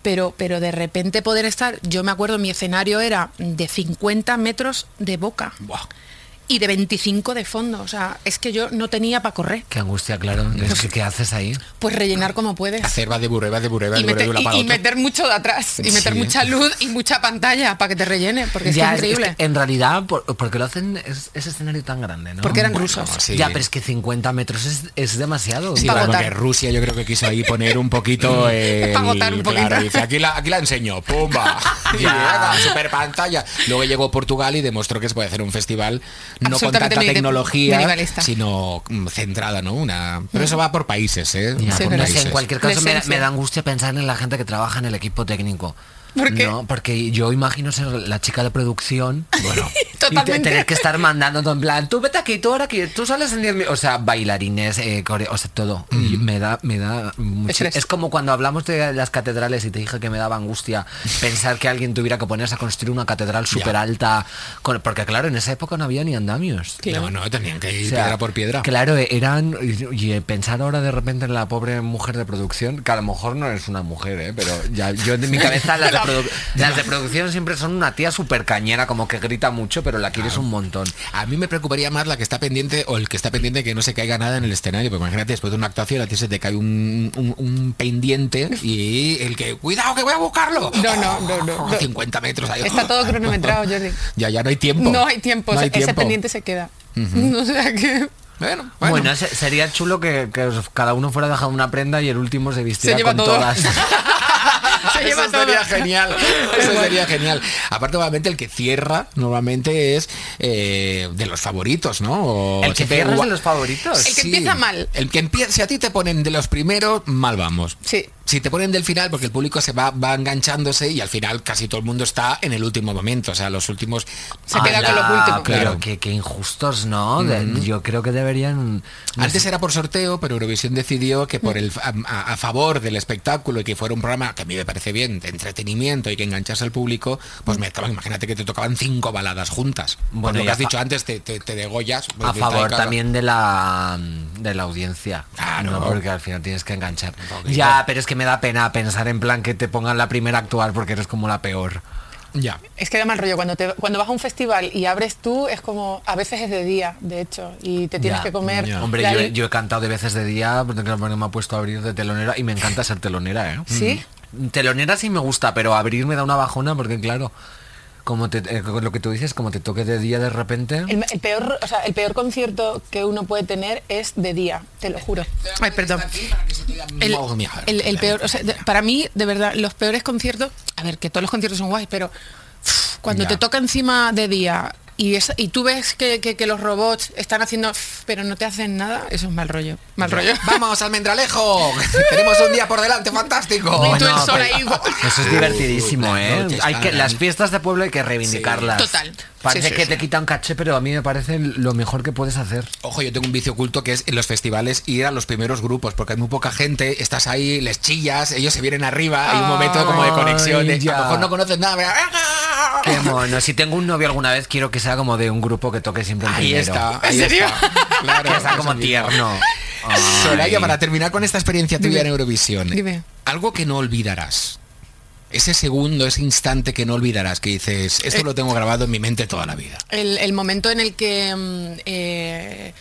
S4: pero, pero de repente poder estar, yo me acuerdo, mi escenario era de 50 metros de boca
S1: Buah.
S4: y de 25 de fondo, o sea, es que yo no tenía para correr,
S2: Qué angustia, claro. Es que, ¿Qué haces ahí?
S4: pues rellenar como puedes.
S1: Hacer va de burré, va de burré, va de
S4: Y
S1: burré,
S4: meter,
S1: de una
S4: y-
S1: para
S4: y
S1: otra.
S4: meter mucho de atrás, y meter
S1: Sí.
S4: mucha luz y mucha pantalla para que te rellene, porque es, que
S2: Ya, es-
S4: es
S2: es
S4: increíble.
S2: que en realidad, por- porque lo hacen es- ese escenario tan grande, ¿no?
S4: Porque eran
S1: Bueno,
S4: rusos.
S1: sí.
S2: Ya, pero es que 50 metros es, es demasiado.
S1: Sí,
S4: Pa'
S1: bueno,
S4: agotar.
S1: que Rusia yo creo que quiso ahí poner un poquito el,
S4: Pa' agotar un
S1: claro,
S4: poquito.
S1: dice, aquí la, aquí la enseño, pumba. ya, super pantalla. Luego llegó Portugal y demostró que se puede hacer un festival no con tanta
S4: Absolutamente
S1: tecnología,
S4: minimalista.
S1: sino mm, centrada, ¿no? Una, pero eso va por países, ¿eh?
S2: Ya,
S1: Va
S4: Sí,
S1: por
S2: pues no
S4: pero-
S2: sé, en
S1: países.
S2: cualquier caso me, da-
S4: Presencia.
S2: me da angustia pensar en la gente que trabaja en el equipo técnico.
S4: ¿Por qué?
S2: No, porque yo imagino ser la chica de producción. Bueno. Y te-
S4: Totalmente.
S2: tener que estar mandando todo en plan, tú vete aquí, tú ahora aquí, tú sales en 10 minutos. O sea, bailarines, eh, coreo- o sea, todo. Y me da, me da mucho-
S4: Estrés.
S2: Es como cuando hablamos de las catedrales y te dije que me daba angustia pensar que alguien tuviera que ponerse a construir una catedral súper alta. con- Porque claro, en esa época no había ni andamios.
S1: No, no, tenían que ir
S2: O sea,
S1: piedra por piedra.
S2: Claro, eh, eran. Y, y pensar ahora de repente en la pobre mujer de producción, que a lo mejor no es una mujer, ¿eh? pero ya, yo en mi cabeza las de, produ- las de producción siempre son una tía súper cañera, como que grita mucho, pero la quieres un montón.
S1: A mí me preocuparía más la que está pendiente o el que está pendiente que no se caiga nada en el escenario. Porque imagínate, después de una actuación a ti se te cae un, un- un pendiente y el que, cuidado que voy a buscarlo.
S4: No, no, no, no, no.
S1: 50 metros ahí.
S4: Está todo cronometrado, Jordi.
S1: Ya, ya no hay tiempo.
S4: No hay tiempo,
S1: No
S4: o sea,
S1: hay
S4: ese
S1: tiempo.
S4: pendiente se queda. O sea que
S1: Bueno, bueno.
S2: Bueno, se- sería chulo que, que os- cada uno fuera dejado una prenda y el último se vistiera
S4: Se lleva
S2: con
S4: todo.
S2: todas.
S4: se lleva
S1: Eso
S4: todo.
S1: sería genial. Eso sería genial. Aparte, obviamente, el que cierra normalmente es eh, de los favoritos, ¿no? O
S2: El que
S1: siempre
S2: cierra es
S1: gua-
S2: de los favoritos.
S4: El que empieza mal.
S1: El que empieza, si a ti te ponen de los primeros, mal vamos.
S4: Sí.
S1: Si te ponen del final, porque el público se va, va enganchándose y al final casi todo el mundo está en el último momento. O sea, los últimos.
S4: Se queda
S2: Ala,
S4: con los
S1: Claro.
S4: últimos.
S2: Pero que, que injustos, ¿no? De- Yo creo que deberían.
S1: Antes era por sorteo, pero Eurovisión decidió que
S4: Mm.
S1: por el a, a- a favor del espectáculo y que fuera un programa que a mí me parece bien, de entretenimiento y que enganchase al público, pues me acaba- imagínate que te tocaban cinco baladas juntas. Bueno,
S2: Bueno,
S1: lo
S2: y
S1: que
S2: a
S1: has
S2: fa-
S1: dicho antes, te, te- te degollas. pues,
S2: A
S1: te-
S2: favor
S1: te-
S2: también de la mm, de la audiencia.
S1: Claro.
S2: No, porque al final tienes que enganchar.
S1: poquito.
S2: Ya, pero es que me da pena pensar en plan que te pongan la primera a actuar porque eres como la peor.
S1: Ya.
S4: Es que da mal rollo. Cuando, te, cuando vas a un festival y abres tú, es como, a veces es de día, de hecho, y te tienes
S2: Ya,
S4: que comer.
S1: ya.
S2: Hombre,
S4: la-
S2: yo, he- yo he cantado de veces de día porque claro, porque me ha puesto a abrir de telonera y me encanta ser telonera, ¿eh?
S4: ¿Sí?
S2: Telonera sí me gusta, pero abrir me da una bajona porque claro, como te, eh, lo que tú dices, como te toque de día de repente.
S4: El, el peor, o sea, el peor concierto que uno puede tener es de día, te lo juro. Ay, perdón. El,
S1: Madre mía.
S4: el- el peor, o sea, de- para mí, de verdad, los peores conciertos, a ver, que todos los conciertos son guays, pero uff, cuando
S1: Ya.
S4: te toca encima de día y, es- y tú ves que, que- que los robots están haciendo, uff, pero no te hacen nada, eso es mal rollo. Mal rollo.
S1: ¡Vamos, almendralejo! Tenemos un día por delante fantástico.
S4: Y tú el
S2: Oh, no,
S4: sol
S2: pero-
S4: ahí.
S2: Eso es divertidísimo,
S1: Uy, las
S2: ¿eh?
S1: noches
S2: Hay que,
S1: tan
S2: las fiestas de pueblo hay que reivindicarlas.
S4: Sí. Total.
S2: Parece
S4: Sí, sí,
S2: que
S4: sí.
S2: te quitan caché, pero a mí me parece lo mejor que puedes hacer.
S1: Ojo, yo tengo un vicio oculto que es en los festivales ir a los primeros grupos, porque hay muy poca gente, estás ahí, les chillas, ellos se vienen arriba, hay un momento como de conexión, de,
S2: Ay, ya.
S1: a lo mejor no conoces nada, pero- ¡Ah!
S2: Qué mono. Si tengo un novio alguna vez, quiero que sea como de un grupo que toque siempre el
S1: Ahí
S2: primero.
S1: está, ahí
S4: ¿En serio?
S1: está. Claro,
S2: Que sea
S1: eso
S2: como
S1: mismo.
S2: tierno. Ay.
S1: Soraya, para terminar con esta experiencia tuya
S4: Dime.
S1: en Eurovisión,
S4: Dime.
S1: algo que no olvidarás. Ese segundo, ese instante que no olvidarás, que dices, esto
S4: Eh.
S1: lo tengo grabado en mi mente toda la vida.
S4: El, el momento en el que mm, eh,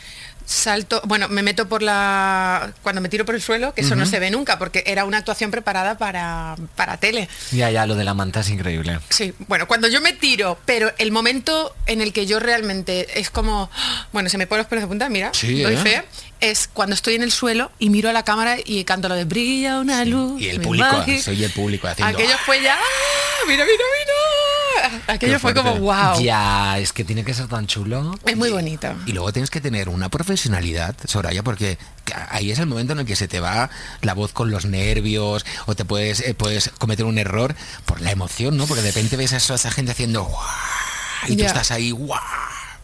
S4: salto, bueno, me meto por la, cuando me tiro por el suelo, que eso no se ve nunca, porque era una actuación preparada para, para tele.
S2: Ya, ya, lo de la manta es increíble.
S4: Sí, bueno, cuando yo me tiro, pero el momento en el que yo realmente es como, ¡ah! bueno, se me ponen los pelos de punta, mira,
S1: Sí,
S4: doy
S1: ¿eh?
S4: fe, es cuando estoy en el suelo y miro a la cámara y canto lo de brilla una luz.
S1: Y el
S4: mi
S1: público,
S4: magia".
S1: soy el público haciendo...
S4: Aquello fue ya, ¡ah! mira, mira, mira. Aquello
S1: Qué
S4: fue como,
S1: fuerte.
S4: wow.
S2: Ya, es que tiene que ser tan chulo.
S4: Es muy bonito.
S1: Y luego tienes que tener una profesionalidad, Soraya, porque ca- ahí es el momento en el que se te va la voz con los nervios o te puedes, eh, puedes cometer un error por la emoción, ¿no? Porque de repente ves a esa, a esa gente haciendo guau y
S4: Ya.
S1: tú estás ahí guau.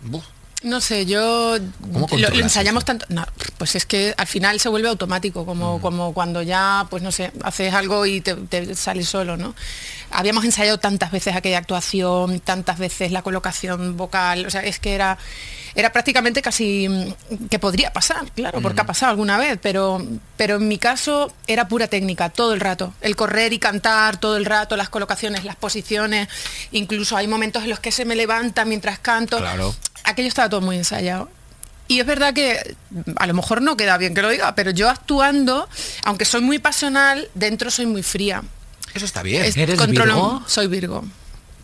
S1: buf.
S4: No sé, yo
S1: ¿Cómo
S4: lo- lo,
S1: controlas
S4: ensayamos
S1: eso?
S4: tanto. No, pues es que al final se vuelve automático, como, como cuando ya, pues no sé, haces algo y te, te sale solo, ¿no? Habíamos ensayado tantas veces aquella actuación, tantas veces la colocación vocal, o sea, es que era, era prácticamente casi mm, que podría pasar, claro, porque ha pasado alguna vez, pero, pero en mi caso era pura técnica, todo el rato. El correr y cantar todo el rato, las colocaciones, las posiciones, incluso hay momentos en los que se me levanta mientras canto
S1: Claro.
S4: aquello estaba todo muy ensayado. Y es verdad que mm, a lo mejor no queda bien que lo diga, pero yo actuando, aunque soy muy pasional, dentro soy muy fría.
S1: Eso está bien.
S4: Es-
S2: ¿Eres
S4: controlo-
S2: Virgo?
S4: Soy Virgo.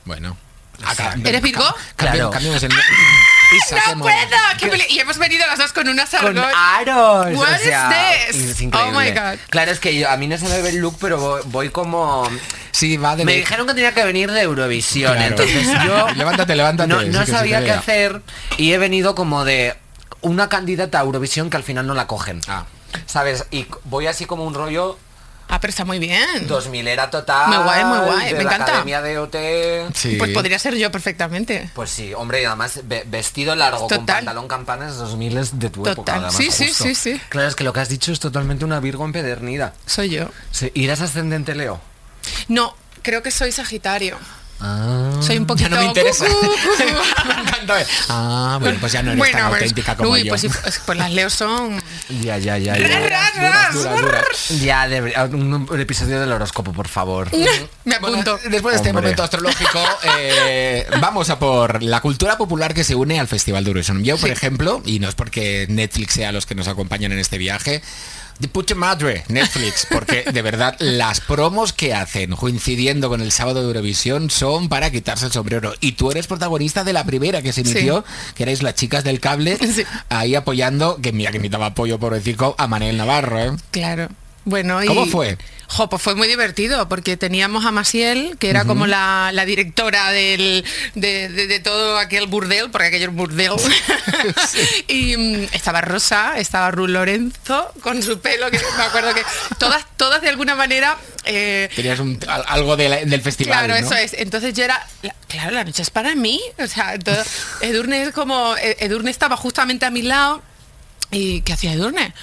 S1: Bueno. Acá-
S4: ¿Eres Virgo?
S1: Claro.
S2: Claro.
S1: Cambiamos el... y
S4: ¡No
S1: Ah, saquemos-
S4: puedo! ¡Qué peli- Y hemos venido las dos con una
S2: con
S4: sargón.
S2: aros.
S4: What
S2: o
S4: is
S2: sea,
S4: this?
S2: es increíble.
S4: Oh my God.
S2: Claro, es que yo- a mí no se me ve el look, pero voy, voy como...
S1: Sí, va de
S2: Me
S1: le-
S2: dijeron que tenía que venir de Eurovisión,
S1: Claro.
S2: entonces yo...
S1: Levántate, levántate,
S2: No,
S1: sí
S2: no
S1: que se te
S2: sabía qué
S1: vea.
S2: hacer y he venido como de una candidata a Eurovisión que al final no la cogen.
S1: Ah.
S2: ¿Sabes? Y c- voy así como un rollo
S4: Ah, pero está muy bien.
S2: 2000 era total.
S4: Muy guay, muy guay,
S2: de
S4: me
S2: la
S4: encanta.
S2: Academia de OT.
S1: Sí.
S4: Pues podría ser yo perfectamente.
S2: Pues sí, hombre, y además ve- vestido largo con
S4: Total.
S2: pantalón campanas 2000 es de tu época.
S4: Total.
S2: además,
S4: Sí, sí,
S2: justo.
S4: sí, sí.
S2: Claro, es que lo que has dicho es totalmente una Virgo empedernida.
S4: Soy yo.
S2: Sí, ¿Irás ascendente Leo?
S4: No, creo que soy Sagitario.
S2: Ah.
S4: Soy un poquito.
S1: Mm. Ya no me interesa.
S4: cucú, cucú.
S1: Me encanta. Ah, bueno, pues ya no eres
S4: Bueno,
S1: tan
S4: pues-
S1: auténtica como
S4: uy,
S1: yo.
S4: pues, sí, pues- pues las leos son.
S2: Ya, ya, ya, ya.
S4: Ras,
S1: Duras,
S4: ras,
S1: duras, duras.
S2: Ya, debería- ah, un, un episodio del horóscopo, por favor.
S4: Me
S1: Bueno,
S4: apunto.
S1: después de este
S2: Hombre.
S1: momento astrológico, eh, vamos a por la cultura popular que se une al Festival de Eurovision. Yo, por ejemplo, y no es porque Netflix sea los que nos acompañan en este viaje, de puta madre Netflix, porque de verdad las promos que hacen coincidiendo con el sábado de Eurovisión son para quitarse el sombrero. Y tú eres protagonista de la primera que se
S4: Sí.
S1: emitió, que erais las chicas del cable,
S4: Sí.
S1: ahí apoyando, que mira que necesitaba apoyo por a Manel Navarro. ¿eh?
S4: Claro. Bueno, y,
S1: ¿Cómo fue?
S4: Jo, pues fue muy divertido porque teníamos a Maciel, que era como la, la directora del, de, de- de todo aquel burdel, porque aquello es burdel. Y mm, estaba Rosa, estaba Ru Lorenzo con su pelo, que me acuerdo que todas, todas de alguna manera eh,
S1: Tenías un- al- algo de la- del festival.
S4: Claro,
S1: ¿no?
S4: eso es. Entonces yo era, la- claro, la noche es para mí. O sea, todo- Edurne es como, E- Edurne estaba justamente a mi lado. ¿Y qué hacía Edurne?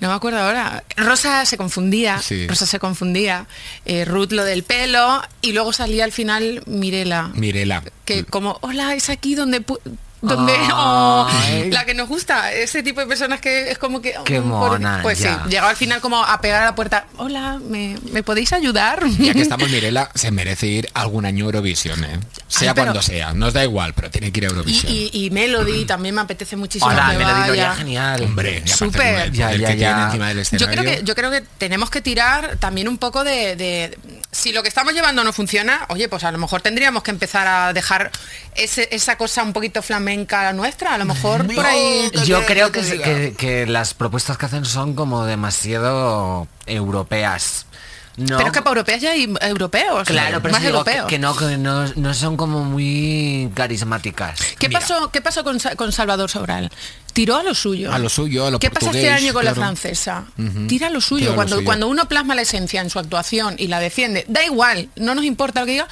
S4: No me acuerdo ahora. Rosa se confundía,
S1: Sí.
S4: Rosa se confundía, eh, Ruth lo del pelo y luego salía al final Mirela,
S1: Mirela.
S4: que como, hola, es aquí donde... pu- donde
S2: Ay.
S4: oh, la que nos gusta ese tipo de personas que es como que
S2: Qué
S4: mm, por-
S2: mona,
S4: pues
S2: ya.
S4: sí llegaba al final como a pegar a la puerta hola me, me podéis ayudar
S1: Ya que estamos, Mirela, se merece ir algún año a Eurovisión, ¿eh? Sea
S4: Ay, pero-
S1: cuando sea, nos da igual, pero tiene que ir a
S4: Y,
S1: Eurovisión.
S4: y- y Melody también me apetece muchísimo.
S2: Pues Hola, me
S4: que
S2: lo digo ya,
S4: vaya.
S2: genial.
S1: Hombre, y aparte
S4: Súper.
S1: con el
S2: Ya,
S1: poder
S2: ya,
S1: que tiene
S2: ya.
S1: encima del
S2: este
S4: Yo
S1: escenario.
S4: creo, que, yo creo que tenemos que tirar también un poco de, de- Si lo que estamos llevando no funciona, oye, pues a lo mejor tendríamos que empezar a dejar ese- esa cosa un poquito flamenca nuestra. A lo mejor por ahí...
S2: Yo creo que, que- que las propuestas que hacen son como demasiado europeas. No,
S4: Pero es que para europeas ya hay europeos.
S2: claro, pero
S4: más
S2: eso digo que,
S4: europeos.
S2: que no, que no, no son como muy carismáticas.
S4: ¿Qué,
S1: Mira.
S4: pasó, ¿Qué pasó con, Sa- con Salvador Sobral? Tiró a lo suyo.
S1: A lo suyo, a lo
S4: ¿Qué pasa este
S1: portugués,
S4: año con la
S1: claro.
S4: francesa? Tira a lo suyo.
S1: Tira a lo
S4: cuando,
S1: suyo.
S4: cuando uno plasma la esencia en su actuación y la defiende, da igual, no nos importa lo que diga.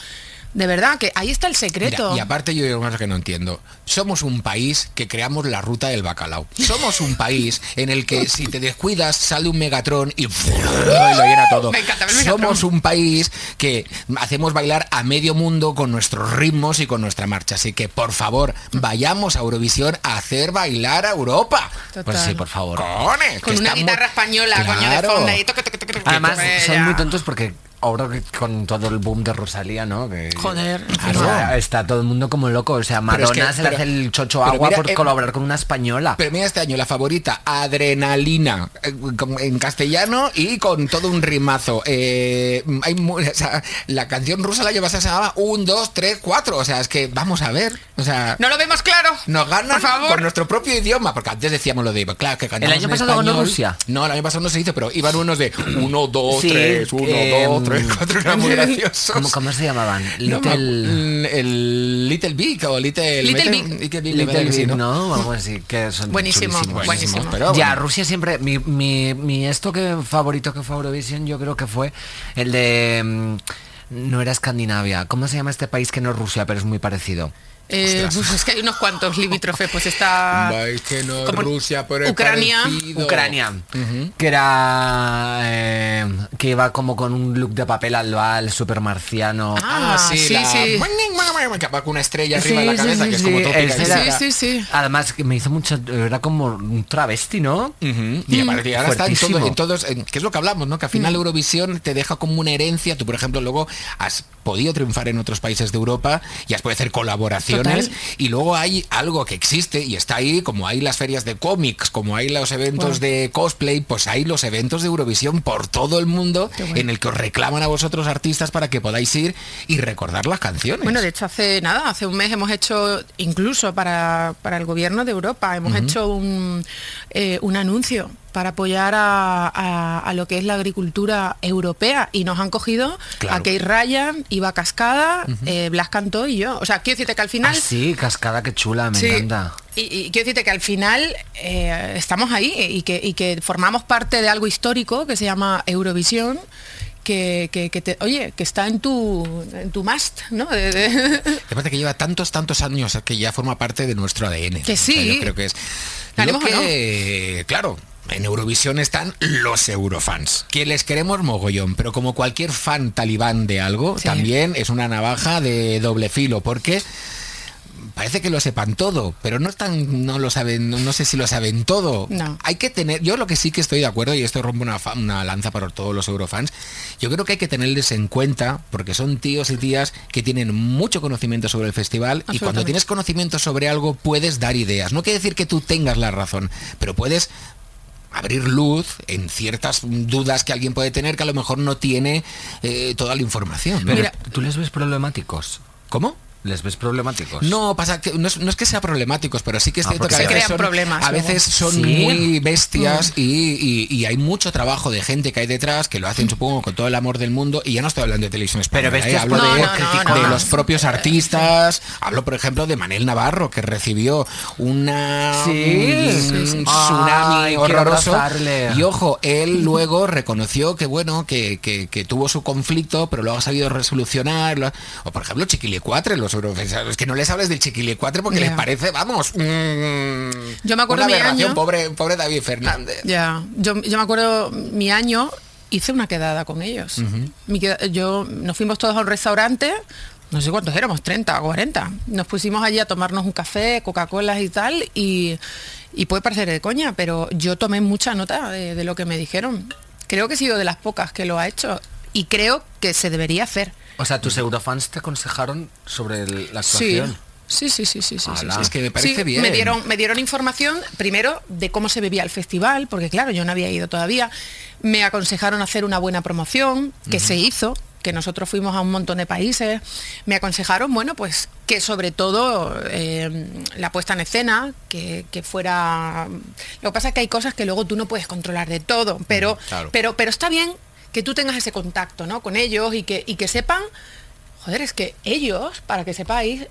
S4: De verdad, que ahí está el
S1: Mira,
S4: secreto.
S1: y aparte yo digo una cosa que no entiendo. Somos un país que creamos la ruta del bacalao. Somos un país en el que si te descuidas sale un Megatron y, lo llena todo.
S4: Me encanta el Megatron.
S1: Somos un país que hacemos bailar a medio mundo con nuestros ritmos y con nuestra marcha. Así que, por favor, vayamos a Eurovisión a hacer bailar a Europa.
S4: Total.
S2: Pues sí, por favor.
S1: Cojones,
S4: con
S1: que
S4: una
S1: está
S4: guitarra
S1: muy-
S4: española, coño, de
S1: Claro.
S4: fondo. ahí, toca, toca, toca, toca,
S2: Además,
S4: toca,
S2: son
S4: ya.
S2: muy tontos porque ahora que con todo el boom de Rosalía, ¿no? Que-
S4: Joder,
S2: O
S1: Claro.
S2: sea, está todo el mundo como loco. O sea,
S1: Pero
S2: Madonna
S1: es que-
S2: se le
S1: pero-
S2: hace el chocho
S1: pero
S2: agua
S1: mira,
S2: por
S1: eh,
S2: colaborar con una española.
S1: Pero mira este año la favorita, Adrenalina, eh, como en castellano y con todo un rimazo. Eh, hay mu- o sea, la canción rusa la llevas a se llamaba 1, 2, 3, 4. O sea, es que vamos a ver. O sea,
S4: No lo vemos claro.
S1: nos ganan
S4: Por favor.
S1: con nuestro propio idioma. Porque antes decíamos lo de, claro, que cantamos
S2: año
S1: en
S2: pasado ganó
S1: español.
S2: Rusia.
S1: No, el año pasado no se hizo, pero iban unos de 1, 2,
S2: Sí,
S1: 3, 1,
S2: eh,
S1: 2, 3, 4. Era muy gracioso.
S2: ¿Cómo, cómo se llamaban?
S1: No me
S2: Little-
S1: acu- el Little Big o Little
S4: Little Big.
S1: Little Big,
S2: Little
S1: ¿verdad que sí,
S2: Big,
S1: no?
S2: ¿no? O algo así, que son
S4: Buenísimo,
S2: chulísimos.
S4: buenísimo.
S1: pero
S2: ya,
S1: bueno.
S2: Rusia siempre, mi, mi, mi esto que favorito que fue Eurovisión, yo creo que fue el de... mm, No era Escandinavia. ¿Cómo se llama este país que no es Rusia, pero es muy parecido?
S4: Eh,
S1: Ostras.
S4: pues es que hay unos cuantos limítrofes, pues está...
S1: Va, es que no es
S4: como
S1: Rusia, pero es
S4: Ucrania,
S1: parecido.
S2: Ucrania. Que era... eh, que iba como con un look de papel albal, super marciano.
S1: Ah, sí,
S4: sí,
S1: la-
S4: sí.
S1: Que va con una estrella arriba de la cabeza, que es como todo
S2: ese
S1: picadito.
S2: era-
S4: Sí, sí, sí.
S2: Además, que me hizo mucho... Era como un travesti, ¿no?
S1: Ujú. Y a partir de ahora está en todo-
S2: Fuertísimo.
S4: Mm.
S1: en todos, en- que es lo que hablamos, ¿no? Que al final Eurovisión te deja como una herencia. Tú, por ejemplo, luego has podía triunfar en otros países de Europa, ya se puede hacer colaboraciones
S4: Total.
S1: y luego hay algo que existe y está ahí, como hay las ferias de cómics, como hay los eventos de cosplay, pues hay los eventos de Eurovisión por todo el mundo
S4: Qué bueno.
S1: en el que os reclaman a vosotros artistas para que podáis ir y recordar las
S2: Pues
S1: canciones.
S4: Bueno, de hecho, hace nada, hace un mes hemos hecho, incluso para, para el gobierno de Europa, hemos hecho un, eh, un anuncio para apoyar a, a- a lo que es la agricultura europea y nos han cogido
S1: Claro.
S4: a Kate Ryan, Iba Cascada, eh, Blas Cantó y yo. O sea, quiero decirte que al final...
S2: Ah, sí, cascada, qué chula, me
S4: Sí.
S2: encanta.
S4: Y, y quiero decirte que al final eh, estamos ahí y que, y que formamos parte de algo histórico que se llama Eurovisión. Que, que- que te, oye, que está en tu, en tu must, ¿no? De- de-
S1: Aparte que lleva tantos, tantos años que ya forma parte de nuestro ADN.
S4: Que
S1: O sea,
S4: sí.
S1: yo creo que es. Lo
S4: Ganemos o
S1: que, claro. En Eurovisión están los eurofans, que les queremos mogollón, pero como cualquier fan talibán de algo,
S4: Sí.
S1: también es una navaja de doble filo, porque parece que lo sepan todo, pero no están, no lo saben, no, no sé si lo saben todo.
S4: No.
S1: Hay que tener, yo lo que sí que estoy de acuerdo, y esto rompe una, fa- una lanza para todos los eurofans, yo creo que hay que tenerles en cuenta, porque son tíos y tías que tienen mucho conocimiento sobre el festival, y cuando
S4: Absolutamente.
S1: tienes conocimiento sobre algo puedes dar ideas. No quiere decir que tú tengas la razón, pero puedes abrir luz en ciertas dudas que alguien puede tener que a lo mejor no tiene eh, toda la información. ¿no?
S2: Pero,
S4: Mira.
S2: ¿Tú les ves problemáticos?
S1: ¿Cómo?
S2: ¿Les ves problemáticos?
S1: No, pasa que no es, no es que sea problemáticos, pero sí que es
S2: Ah,
S1: cierto
S2: porque
S1: que a
S2: se
S1: veces
S4: crean
S1: son,
S4: problemas
S1: a
S4: luego.
S1: veces son
S2: Sí. Mm.
S1: muy bestias y, y- y hay mucho trabajo de gente que hay detrás que lo hacen, supongo, con todo el amor del mundo. Y ya no estoy hablando de televisión española,
S2: Mm. Pero
S1: ¿eh?
S2: bestias
S1: hablo
S4: por-
S1: de,
S4: No, no, no,
S1: de
S4: no.
S1: los propios
S2: Eh,
S1: artistas. Hablo, por ejemplo, de Manel Navarro, que recibió una
S2: Sí,
S1: un
S2: sí, sí.
S1: tsunami
S2: Ay, quiero
S1: horroroso.
S2: abrazarle.
S1: Y ojo, él luego reconoció que bueno, que, que- que tuvo su conflicto, pero lo ha sabido resolucionar. lo ha- O por ejemplo, Chiquilicuatre, los europeos. Es que no les hables del Chiquilicuatre porque
S4: Ya.
S1: les parece, vamos.
S4: Yo me acuerdo
S1: una
S4: mi
S1: aberración,
S4: año. Ah,
S1: pobre, pobre David Fernández.
S4: Ya, yo, yo me acuerdo mi año hice una quedada con ellos. Mi queda- yo nos fuimos todos a un restaurante, no sé cuántos éramos, 30 o 40. Nos pusimos allí a tomarnos un café, Coca-Cola y tal y, y puede parecer de coña, pero yo tomé mucha nota de, de lo que me dijeron. Creo que he sido de las pocas que lo ha hecho y creo que se debería hacer.
S2: O sea, tus eurofans te aconsejaron sobre el- la actuación.
S4: Sí, sí, sí, sí, sí, sí,
S2: Ala.
S4: sí.
S1: Es que me parece
S4: Sí,
S1: bien.
S4: Me dieron, me dieron información primero de cómo se bebía el festival, porque claro, yo no había ido todavía. Me aconsejaron hacer una buena promoción, que se hizo, que nosotros fuimos a un montón de países. Me aconsejaron, bueno, pues que sobre todo eh, la puesta en escena, que, que fuera. Lo que pasa es que hay cosas que luego tú no puedes controlar de todo, pero,
S1: claro.
S4: pero, pero está bien que tú tengas ese contacto ¿no? con ellos y que, y que sepan Joder, es que ellos, para que sepáis,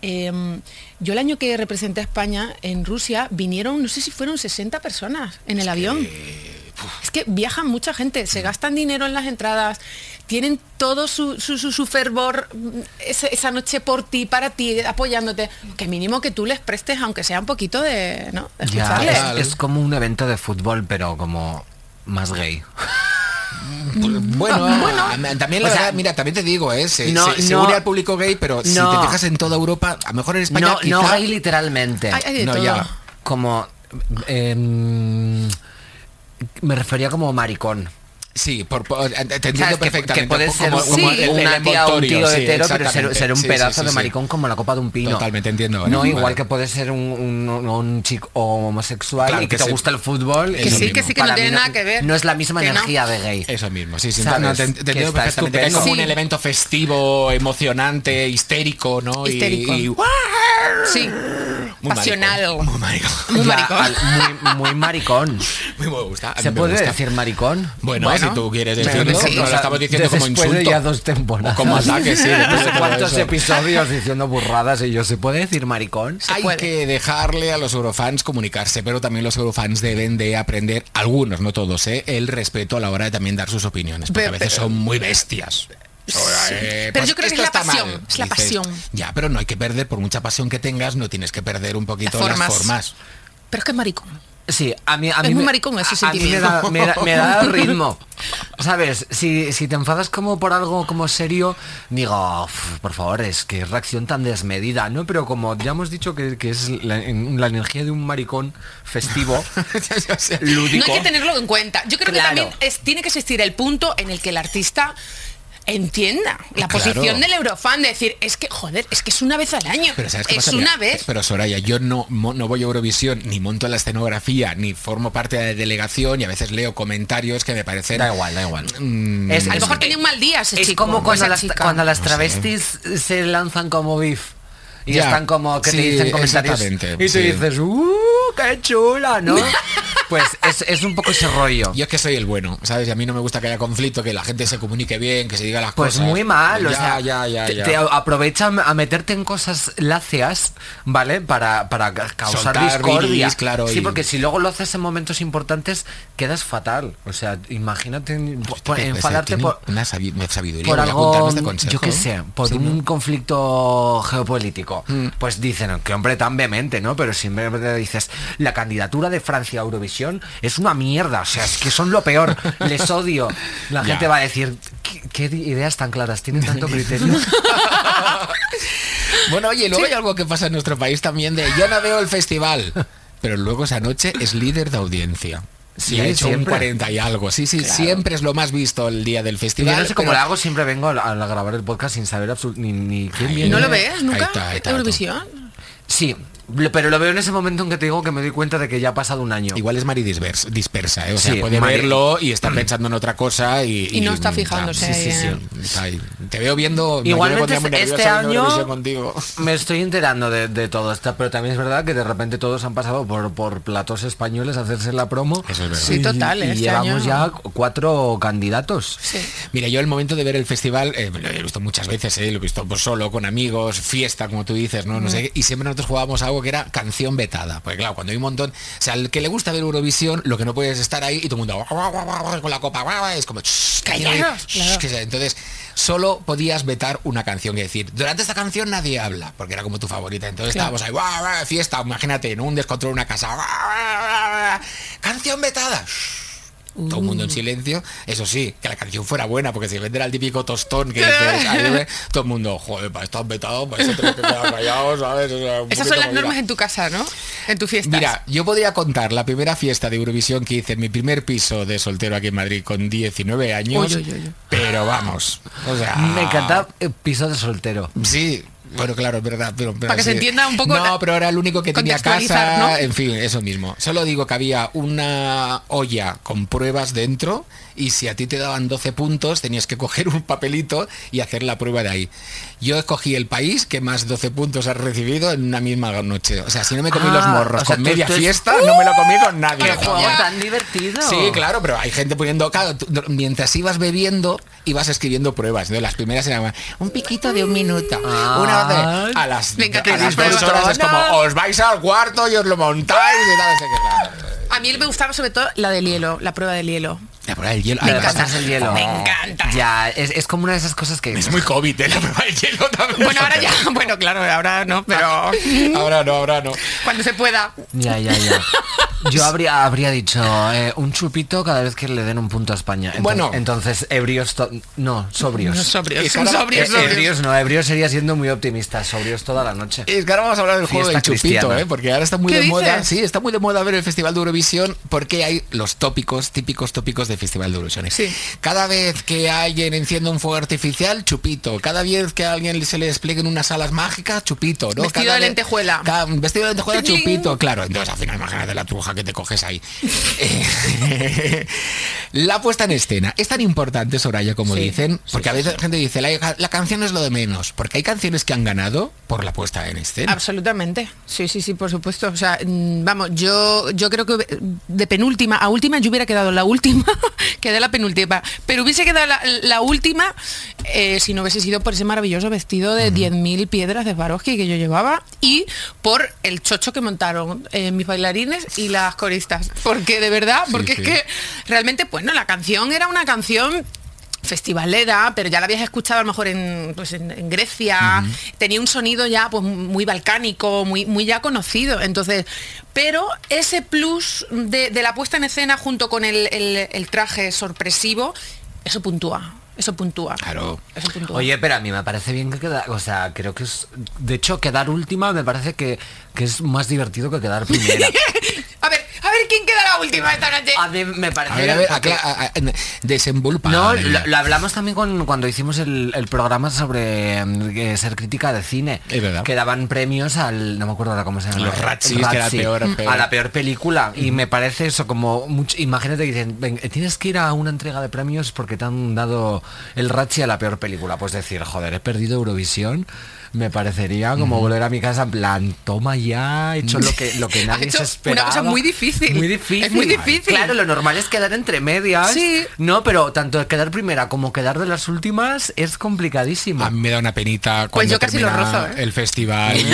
S4: em, yo el año que representé a España en Rusia vinieron, no sé si fueron 60 personas en el avión. Es que viajan mucha gente,
S1: Mm.
S4: se gastan dinero en las entradas, tienen todo su, su, su- su fervor mm, ese- esa noche por ti, para ti, apoyándote. Que mínimo que tú les prestes, aunque sea un poquito de, ¿no? de
S2: Ya,
S4: escucharles.
S1: Vale.
S2: es, es como un evento de fútbol, pero como más gay.
S1: pues, Bueno, a- también la
S2: O sea,
S1: verdad, mira, también te digo, ¿eh? se,
S2: no,
S1: se- se
S2: no.
S1: une al público gay, pero si
S2: No.
S1: te fijas en toda Europa, a lo mejor en España
S2: No, no
S1: quizá-
S2: gay literalmente.
S4: Hay- hay de
S1: No,
S4: todo.
S1: ya.
S2: Como... em, me refería como maricón.
S1: Sí, por, por- te entiendo
S2: ¿Sabes? Que-
S1: perfectamente.
S2: Que, puede ser
S1: como, como el- el
S2: una tía o un
S1: envoltorio,
S2: tío
S1: sí,
S2: hetero, pero ser,
S1: exactamente.
S2: ser un
S1: Sí, sí,
S2: pedazo
S1: sí,
S2: de
S1: sí.
S2: maricón como la copa de un pino.
S1: Totalmente, entiendo, ¿eh?
S2: No, igual
S1: Vale.
S2: que puede ser un, un- un chico homosexual
S1: Claro
S2: y
S1: que
S2: que, te
S1: sí.
S2: gusta el fútbol.
S1: Que
S2: y-
S1: sí, que
S4: sí, que no
S2: para mí
S4: tiene nada que ver.
S2: No es la misma
S4: Que no.
S2: energía de gay.
S1: Eso mismo, sí, sí.
S2: ¿Sabes?
S1: No, te, te
S2: Que
S1: entiendo
S2: está
S1: perfectamente. que Es como
S4: estupendo.
S1: un
S4: Sí.
S1: elemento festivo, emocionante, histérico, ¿no? Y-
S4: Histérico.
S1: Y,
S4: Sí,
S1: muy
S4: pasional.
S1: maricón, Muy maricón.
S4: Muy
S2: Ya,
S4: maricón.
S2: al- muy- muy maricón.
S1: Muy me gusta. a mí
S2: ¿Se
S1: me
S2: puede
S1: gusta.
S2: decir maricón?
S1: Bueno,
S4: Bueno.
S1: si tú quieres
S2: Pero
S1: decirlo,
S2: sí,
S1: no
S2: o
S1: lo
S2: sea,
S1: estamos diciendo como
S2: después
S1: insulto.
S2: de ya dos temporadas.
S1: O como ataque, sí.
S2: No
S1: después
S2: sé
S1: de todo
S2: cuántos
S1: eso.
S2: episodios diciendo burradas y yo, ¿se puede decir maricón?
S4: Se
S1: Hay
S4: puede.
S1: que dejarle a los eurofans comunicarse, pero también los eurofans deben de aprender, algunos, no todos, ¿eh? el respeto a la hora de también dar sus opiniones, porque
S4: Pero-
S1: a veces
S4: pero-
S1: son muy bestias. Ahora,
S4: eh, Sí.
S1: eh,
S4: Pero yo creo que
S1: esto
S4: es la
S1: está mal,
S4: pasión, es la
S1: dices.
S4: pasión.
S1: Ya, pero no hay que perder, por mucha pasión que tengas, no tienes que perder un poquito
S4: Las
S1: las formas.
S4: formas. Pero es que es maricón.
S2: Sí, a mí, a mí
S4: Es muy
S2: me-
S4: maricón ese
S2: a- a mí
S4: sentimiento.
S2: me da, me da- me da ritmo. ¿Sabes? Si, si te enfadas como por algo como serio, digo, "Uf, por favor, es que reacción tan desmedida, ¿no? Pero como ya hemos dicho que, que es la, en- la energía de un maricón festivo,
S1: O sea,
S2: lúdico.
S4: No hay que tenerlo en cuenta. Yo creo
S2: Claro.
S4: que también es- tiene que existir el punto en el que el artista entienda la
S1: Claro.
S4: posición del eurofan de decir, es que, joder, es que es una vez al año.
S1: Pero ¿sabes qué
S4: es
S1: pasa? Mira,
S4: una vez.
S1: Pero Soraya, yo no, mo- no voy a Eurovisión, ni monto la escenografía, ni formo parte de la delegación y a veces leo comentarios que me parecen... Mm,
S2: Da igual, da igual.
S3: Es,
S4: a lo
S3: es-
S4: mejor tenía un mal día ese
S3: es
S4: chico,
S3: como
S4: o
S3: cuando
S4: esa
S3: las,
S4: chica.
S3: cuando las travestis se lanzan como beef. Y
S1: Ya,
S3: están como que
S1: sí,
S3: te dicen comentarios.
S1: exactamente,
S3: Y tú
S1: sí.
S3: dices, ¡uh! ¡Qué chula! ¿No?
S2: Pues es, es un poco ese rollo.
S1: Yo es que soy el bueno, ¿sabes? Y a mí no me gusta que haya conflicto, que la gente se comunique bien, que se diga las
S2: Pues
S1: cosas.
S2: muy mal, o
S1: Ya,
S2: sea,
S1: ya, ya,
S2: te,
S1: ya. Este
S2: te aprovecha a meterte en cosas láceas, ¿vale? Para, para ca- causar
S1: Soltar
S2: discordia.
S1: bilis, claro,
S2: sí,
S1: y-
S2: porque si luego lo haces en momentos importantes, quedas fatal. O sea, imagínate en-
S1: Pues,
S2: por-
S1: que- que se
S2: enfadarte
S1: tiene
S2: por,
S1: una sabi- una sabiduría,
S2: por
S1: voy a apuntarme
S2: algo,
S1: este consejo.
S2: yo qué sé, por
S1: Sí,
S2: un
S1: ¿no? Mm.
S2: conflicto geopolítico. Pues dicen, que hombre tan vehemente, ¿no? Pero siempre te dices, la candidatura de Francia a Eurovisión es una mierda, o sea, es que son lo peor, les odio. La
S1: Ya.
S2: gente va a decir, ¿qué, qué ideas tan claras, tienen tanto criterio.
S1: Bueno, oye, luego hay algo que pasa en nuestro país también de yo no veo el festival. Pero luego esa noche es líder de audiencia.
S2: Sí,
S1: y ha hecho un
S2: siempre.
S1: 40 y algo. Sí, sí, siempre es lo más visto el día del festival.
S2: Yo no sé cómo
S1: pero-
S2: lo hago, siempre vengo al- al grabar el podcast sin saber absolu- ni, ni quién
S1: Ay,
S2: viene.
S4: ¿No lo
S1: Eh,
S4: ves nunca?
S1: ahí está, ahí está,
S4: Eurovisión.
S2: Sí, lo- pero lo veo en ese momento en que te digo que me doy cuenta de que ya ha pasado un año.
S1: Igual es Mari dispersa, dispersa ¿eh? o sea,
S2: Sí,
S1: puede
S2: Mari-
S1: verlo y está pensando en otra cosa y,
S4: Y no está fijándose
S1: ah, sí, sí,
S4: ahí, ¿eh?
S1: sí. Está ahí. Te veo viendo. me
S2: Igualmente
S1: pondría muy nervioso
S2: este
S1: viendo
S2: año-
S1: Eurovisión contigo.
S2: Me estoy enterando de, de todo esto, pero también es verdad que de repente todos han pasado por, por platos españoles a hacerse la promo.
S1: Eso es verdad.
S4: Sí, total,
S2: Y, y
S4: este
S2: llevamos
S4: año-
S2: ya cu- cuatro candidatos.
S4: Sí.
S1: Mira, yo el momento de ver el festival, eh, lo he visto muchas veces, eh, lo he visto pues, solo, con amigos, fiesta, como tú dices, ¿no? No sé, y siempre nosotros jugábamos a algo que era canción vetada. Porque claro, cuando hay un montón, o sea, al que le gusta ver Eurovisión, lo que no puedes estar ahí y todo el mundo "Guau, guau, guau, guau", con la copa, guau, guau, es como, "Shh,
S4: Callaros,
S1: shh",
S4: claro.
S1: que sea. entonces solo podías vetar una canción y decir, durante esta canción nadie habla, porque era como tu favorita. Entonces estábamos ahí, guau, guau, fiesta, imagínate, en un descontrol, una casa, guau, guau, guau, canción vetada. shh, todo el
S4: Mm.
S1: mundo en silencio. Eso sí, que la canción fuera buena, porque si vender al típico tostón que dices, ahí ve, todo el mundo, joder, para estar vetado, para eso tenemos que quedar callados, ¿sabes? O sea, un
S4: Esas
S1: poquito
S4: son las
S1: movida.
S4: normas en tu casa, ¿no? En tu fiesta.
S1: Mira, yo podría contar la primera fiesta de Eurovisión que hice en mi primer piso de soltero aquí en Madrid con 19 años,
S4: Uy, uy, uy, uy.
S1: pero vamos, o sea...
S2: Me encanta eh, piso de soltero.
S1: Sí, bueno, claro, es verdad. Pero, pero
S4: Para que se
S1: sí.
S4: entienda un poco
S1: No,
S4: la-
S1: pero era el único que tenía casa.
S4: contextualizar, ¿no?
S1: En fin, eso mismo. Solo digo que había una olla con pruebas dentro y si a ti te daban 12 puntos tenías que coger un papelito y hacer la prueba de ahí. Yo escogí el país que más 12 puntos has recibido en una misma noche. O sea, si no me comí
S2: Ah,
S1: los morros
S2: o sea,
S1: con
S2: tú-
S1: media
S2: tú es-
S1: fiesta, no me lo comí con nadie.
S4: ¡Qué
S1: por
S4: guapo!
S1: favor.
S2: tan divertido!
S1: Sí, claro, pero hay gente poniendo, claro, tú- no, mientras ibas bebiendo, ibas escribiendo pruebas. Entonces, las primeras eran un piquito de un minuto. Una hora de- a las,
S4: Me encanta
S1: a las
S4: esas
S1: dos
S4: pruebas.
S1: horas es como, os vais al cuarto y os lo montáis y tal, no sé qué, claro.
S4: A mí me gustaba sobre todo la del hielo, la prueba del hielo.
S1: La prueba del hielo.
S2: Me
S1: además,
S2: encanta el hielo.
S4: Me encanta.
S2: Ya, es, es como una de esas cosas que...
S1: es muy COVID, ¿eh? La prueba del hielo también.
S4: Bueno, ahora ya, bueno, claro, ahora no, pero
S1: Ahora no, ahora no.
S4: cuando se pueda.
S2: Ya, ya, ya. Yo habría, habría dicho eh, un chupito cada vez que le den un punto a España. Entonces-
S1: Bueno.
S2: Entonces, ebrios... to- No, sobrios.
S4: No, sobrios,
S1: Es ahora-
S4: sobrios,
S1: es-
S2: Eh,
S4: sobrios.
S2: Ebrios no, ebrios sería siendo muy optimista, sobrios toda la noche.
S1: Es que ahora vamos a hablar del juego
S2: Fiesta
S1: del chupito,
S2: cristiana.
S1: ¿eh? porque ahora está muy
S4: ¿Qué
S1: de moda.
S4: dices?
S1: Sí, está muy de moda ver el Festival de Eurovisión porque hay los tópicos, típicos tópicos del Festival de Eurovisión. Es
S4: Sí.
S1: Cada vez que alguien enciende un fuego artificial, chupito. Cada vez que a alguien se le desplieguen unas alas mágicas, chupito. ¿no?
S4: Vestido
S1: Cada
S4: de
S1: vez-
S4: lentejuela.
S1: Ca- vestido de lentejuela,
S4: Tling.
S1: chupito, claro. Entonces al final imagínate la truja que te coges ahí. Eh, la puesta en escena es tan importante, Soraya, como
S4: Sí.
S1: dicen, porque
S4: Pues
S1: a veces la gente dice, la, la canción es lo de menos, porque hay canciones que han ganado por la puesta en escena.
S4: Absolutamente. Sí, sí, sí, por supuesto. O sea, mm, vamos, yo, yo creo que de penúltima a última yo hubiera quedado en la última, quedé en la penúltima, pero hubiese quedado la, la última eh, si no hubiese sido por ese maravilloso vestido de 10.000 piedras de Swarovski que yo llevaba y por el chocho que montaron eh, mis bailarines y las coristas. Porque de verdad, porque
S1: sí.
S4: es que realmente, pues no, la canción era una canción festivalera, pero ya la habías escuchado a lo mejor en, pues, en, en Grecia, tenía un sonido ya pues muy balcánico, muy, muy ya conocido. Entonces, pero ese plus de, de la puesta en escena junto con el, el- el traje sorpresivo, eso puntúa. Eso puntúa.
S1: Claro.
S4: Eso puntúa.
S2: Oye, pero a mí me parece bien que queda, o sea, creo que es, de hecho, quedar última me parece que, que es más divertido que quedar primera.
S4: A ver, a ver, quién queda la última esta noche.
S1: Ah,
S2: A mí me parece...
S1: A ver, a ver, acla- a- a- desenvolupa.
S2: No,
S1: Adri.
S2: lo, lo hablamos también con, cuando hicimos el, el programa sobre mm, eh, ser crítica de cine.
S1: Es verdad.
S2: Que daban premios al... No me acuerdo ahora cómo se llama.
S1: Los Razzies,
S4: este
S1: que era
S2: Razzie,
S1: peor, peor.
S2: A la peor película. Y me parece eso como... Mucho, imagínate que dicen, "Ven, tienes que ir a una entrega de premios porque te han dado el Ratzi a la peor película. Pues decir, joder, he perdido Eurovisión. Me parecería como volver a mi casa en plan, toma ya, he hecho lo que, lo que
S4: Ha
S2: nadie
S4: hecho
S2: se
S4: una
S2: esperaba.
S4: cosa muy difícil.
S2: Muy difícil.
S4: Es muy difícil.
S2: Claro, lo normal es quedar entre medias.
S4: Sí.
S2: No, pero tanto quedar primera como quedar de las últimas es complicadísimo.
S1: A mí me da una penita cuando
S4: Pues yo casi lo
S1: termina
S4: rozo, ¿eh?
S1: el festival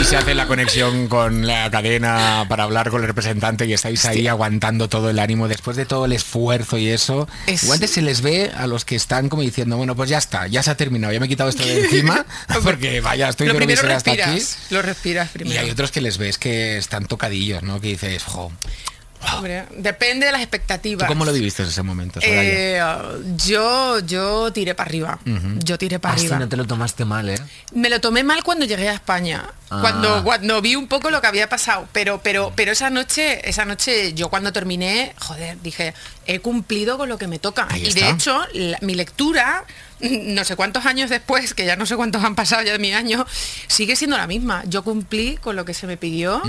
S1: y se hace la conexión con la cadena para hablar con el representante y estáis ahí aguantando todo el ánimo después de todo el esfuerzo y eso.
S4: Es-
S1: Igual se les ve a los que están como diciendo, bueno, pues ya está, ya se ha terminado, ya me he quitado esto de encima porque vaya, estoy
S4: Pues lo
S1: de
S4: primero
S1: revisar hasta aquí.
S4: respiras. Lo respiras
S1: Y
S4: primero.
S1: hay otros que les ves que están tocadillos, ¿no? Que dices, jo,
S4: Hombre, depende de las expectativas.
S1: ¿tú cómo lo viviste ese momento? Soraya?
S4: Eh, yo, yo tiré para arriba. Yo tiré para
S2: Así
S4: arriba.
S2: no te lo tomaste mal, ¿eh?
S4: Me lo tomé mal cuando llegué a España,
S2: Ah.
S4: cuando, cuando vi un poco lo que había pasado, pero, pero, pero esa noche, esa noche yo cuando terminé, joder, dije, he cumplido con lo que me toca.
S1: Ahí
S4: y
S1: está.
S4: de hecho, la- mi lectura, no sé cuántos años después, que ya no sé cuántos han pasado ya de mi año, sigue siendo la misma. Yo cumplí con lo que se me pidió,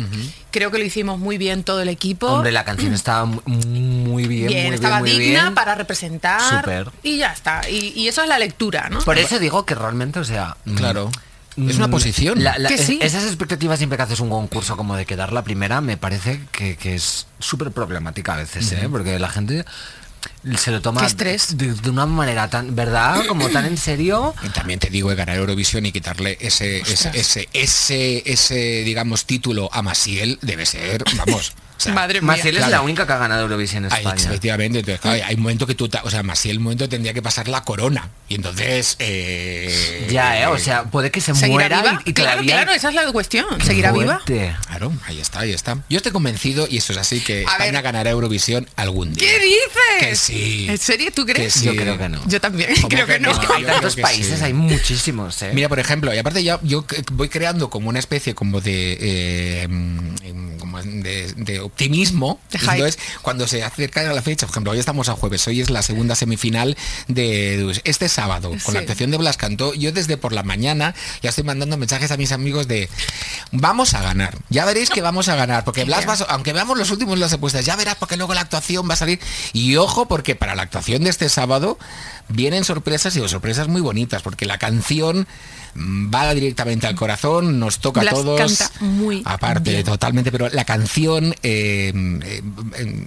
S4: creo que lo hicimos muy bien todo el equipo.
S2: Hombre, la canción estaba mu- muy bien,
S4: Bien,
S2: muy
S4: estaba
S2: bien, muy
S4: digna
S2: bien.
S4: para representar
S2: Súper.
S4: y ya está. Y, y eso es la lectura, ¿no?
S2: Por eso digo que realmente, o sea... mm,
S1: Claro. Es una
S2: mm,
S1: posición.
S2: la- la-
S4: Que
S2: es-
S4: sí.
S2: Esas expectativas siempre que haces un concurso como de quedar la primera, me parece que, que es súper problemática a veces, ¿eh? Porque la gente se lo toma
S4: Qué estrés.
S2: De, de una manera tan, ¿verdad? Como tan en serio.
S1: Y también te digo, eh, ganar Eurovisión y quitarle ese, ese,
S4: Ostras.
S1: ese, ese, ese, digamos, título a Maciel debe ser, vamos. o sea,
S4: Madre mía.
S2: Maciel es
S1: claro.
S2: la única que ha ganado Eurovisión en
S1: ahí,
S2: España.
S1: efectivamente, entonces, claro, hay un momento que tú, ta- o sea, Maciel un momento tendría que pasar la corona. Y entonces... eh,
S2: Ya, ¿eh? O sea, puede que se
S4: ¿Seguirá
S2: muera
S4: viva?
S2: y, y
S4: claro,
S2: todavía-
S4: claro, esa es la cuestión. ¿Seguirá viva?
S2: Fuerte.
S1: Claro, ahí está, ahí está. Yo estoy convencido, y eso es así, que
S4: A
S1: España
S4: ver.
S1: ganará Eurovisión algún día.
S4: ¿Qué dices?
S1: Que sí.
S4: ¿En serio tú
S1: Que
S4: crees?
S1: sí.
S2: Yo creo que no.
S4: Yo también
S1: ¿Cómo
S4: creo que,
S1: que
S4: no.
S1: no?
S2: Hay
S1: Yo
S2: tantos
S1: creo que
S2: países,
S1: sí.
S2: hay muchísimos, ¿eh?
S1: Mira, por ejemplo, y aparte ya yo c- voy creando como una especie como de eh, mm, como de, de optimismo.
S4: De hype.
S1: Entonces, cuando se acerca la fecha, por ejemplo, hoy estamos a jueves, hoy es la segunda semifinal de de este sábado, con la
S4: Sí.
S1: actuación de Blas Cantó, yo desde por la mañana ya estoy mandando mensajes a mis amigos de vamos a ganar. Ya veréis que vamos a ganar, porque Blas va a so- aunque veamos los últimos las apuestas, ya verás porque luego la actuación va a salir y ojo porque para la actuación de este sábado vienen sorpresas y sorpresas muy bonitas, porque la canción mm, va directamente al corazón, nos toca
S4: Blas
S1: a todos.
S4: canta muy
S1: aparte,
S4: bien.
S1: totalmente, pero la canción eh, eh, eh,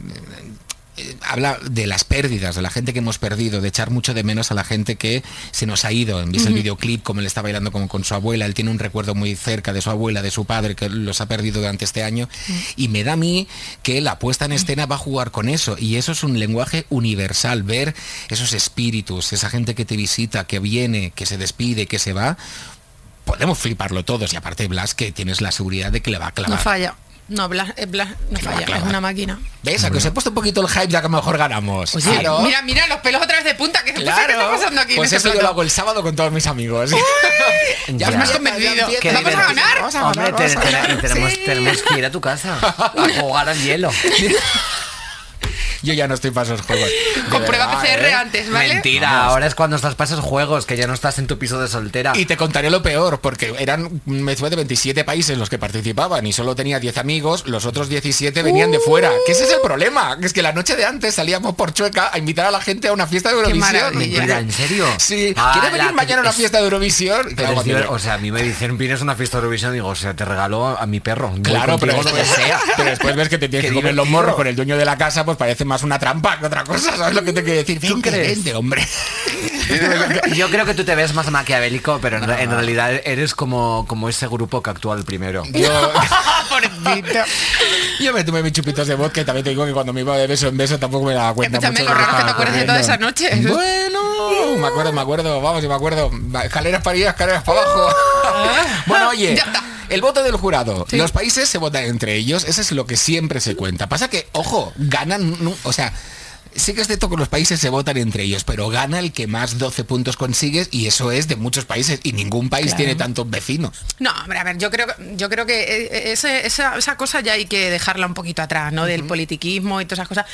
S1: eh, habla de las pérdidas, de la gente que hemos perdido, de echar mucho de menos a la gente que se nos ha ido. Ves el videoclip, como él está bailando como con su abuela, él tiene un recuerdo muy cerca de su abuela, de su padre, que los ha perdido durante este año. Y me da a mí que la puesta en escena va a jugar con eso. Y eso es un lenguaje universal, ver esos espíritus, esa gente que te visita, que viene, que se despide, que se va. Podemos fliparlo todos. Y aparte, Blas, que tienes la seguridad de que le va a
S4: No
S1: clavar.
S4: falla. No, Blas, eh, Blas no
S1: Que va a
S4: falla. Es
S1: clavar.
S4: una máquina.
S1: ¿Ves? A que os he puesto un poquito el hype, ya que mejor ganamos.
S4: Oye,
S1: Claro.
S4: mira, mira, los pelos otra vez de punta. ¿Qué, qué está pasando aquí? en
S1: Pues
S4: este
S1: eso yo
S4: plato?
S1: lo hago el sábado con todos mis amigos.
S2: Ya.
S1: os
S2: Me has
S1: meto,
S4: convencido.
S1: empiezo.
S4: Qué Vamos a divertido. ganar.
S1: Vamos a ganar,
S2: Hombre,
S1: vamos
S2: te-
S1: a
S2: te-
S1: ganar.
S2: tenemos,
S4: Sí.
S2: tenemos que ir a tu casa a jugar al hielo.
S1: Yo ya no estoy para esos juegos. De
S4: Comprueba
S1: verdad,
S4: PCR
S1: ¿eh?
S4: antes, ¿vale?
S2: Mentira, ahora es cuando estás para esos juegos, que ya no estás en tu piso de soltera.
S1: Y te contaré lo peor, porque eran me fue de 27 países los que participaban y solo tenía 10 amigos, los otros 17 venían de fuera. Que ese es el problema, que es que la noche de antes salíamos por Chueca a invitar a la gente a una fiesta de Eurovisión.
S4: maravilla.
S2: Mentira, ¿en serio?
S1: Sí,
S2: Ah,
S1: ¿quieres venir
S2: la-
S1: mañana a una
S2: es-
S1: fiesta de Eurovisión?
S2: Pero
S1: Claro,
S2: es diver-
S1: cuando-
S2: o sea, a mí me dicen, vienes a una fiesta de Eurovisión, digo, o sea, te regaló a mi perro. voy
S1: Claro, pero
S2: contigo
S1: después,
S2: donde sea.
S1: pero después ves que te tienes
S2: Qué
S1: que comer los
S2: divertido.
S1: morros con el dueño de la casa, pues parece más una trampa que otra cosa, ¿sabes lo que te quiero decir? ¿Tú
S2: crees?
S1: Vente, hombre.
S2: Yo creo que tú te ves más maquiavélico, pero en, en realidad eres como, como ese grupo que actúa el primero.
S1: Yo, yo me tomé mis chupitos de vodka y también te digo que cuando me iba de beso en beso tampoco me daba cuenta.
S4: Escúchame,
S1: mucho
S4: lo
S1: de
S4: raro es que te
S1: estaba
S4: acuerdes de toda esa noche.
S1: ocurriendo. Bueno, me acuerdo, me acuerdo, vamos, yo me acuerdo. Va, Escaleras para arriba, escaleras para abajo. bueno, oye.
S4: Ah. Ya está.
S1: El voto del jurado. Los países se votan entre ellos. Eso es lo que siempre se cuenta. Pasa que, ojo, ganan, nu- o sea, sí que es cierto que los países se votan entre ellos, pero gana el que más 12 puntos consigues y eso es de muchos países y ningún país
S4: Claro.
S1: tiene tantos vecinos.
S4: No, hombre, a ver, yo creo, yo creo que eh, ese- esa, esa cosa ya hay que dejarla un poquito atrás, ¿no? Del politiquismo y todas esas cosas.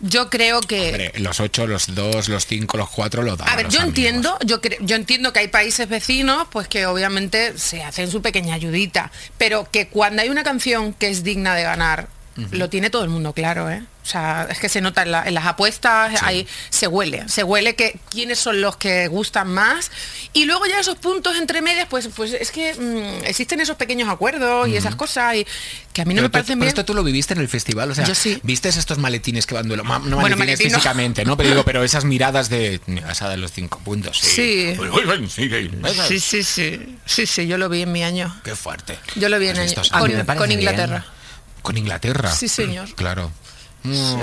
S4: Yo creo que...
S1: Hombre, los 8, los 2, los 5, los 4 lo dan.
S4: A ver,
S1: los
S4: yo
S1: amigos.
S4: entiendo, yo, cre- yo entiendo que hay países vecinos, pues que obviamente se hacen su pequeña ayudita, pero que cuando hay una canción que es digna de ganar, lo tiene todo el mundo claro, ¿eh? O sea, es que se nota en, la- en las apuestas, ahí se huele, se huele que quiénes son los que gustan más. Y luego ya esos puntos entre medias, pues, pues es que mm, existen esos pequeños acuerdos y esas cosas y que a mí no
S1: pero,
S4: me
S1: tú-
S4: parecen
S1: pero
S4: bien.
S1: esto tú lo viviste en el festival, o sea,
S4: Yo sí.
S1: viste estos maletines que van de lo ma- no
S4: Bueno,
S1: maletines
S4: maletín no.
S1: físicamente, no. pero digo, pero esas miradas de "Me vas a dar los cinco puntos. Sí.
S4: Sí.
S1: Uy, uy, uy, sí, que- esas".
S4: Sí, sí, sí. Sí, sí, yo lo vi en mi año.
S1: Qué fuerte.
S4: Yo lo vi en
S1: ¿Has
S4: año-
S1: visto?
S2: Pues A mí
S4: con,
S2: me parece
S4: con Inglaterra.
S2: bien.
S1: Con Inglaterra.
S4: Sí, señor.
S1: Claro.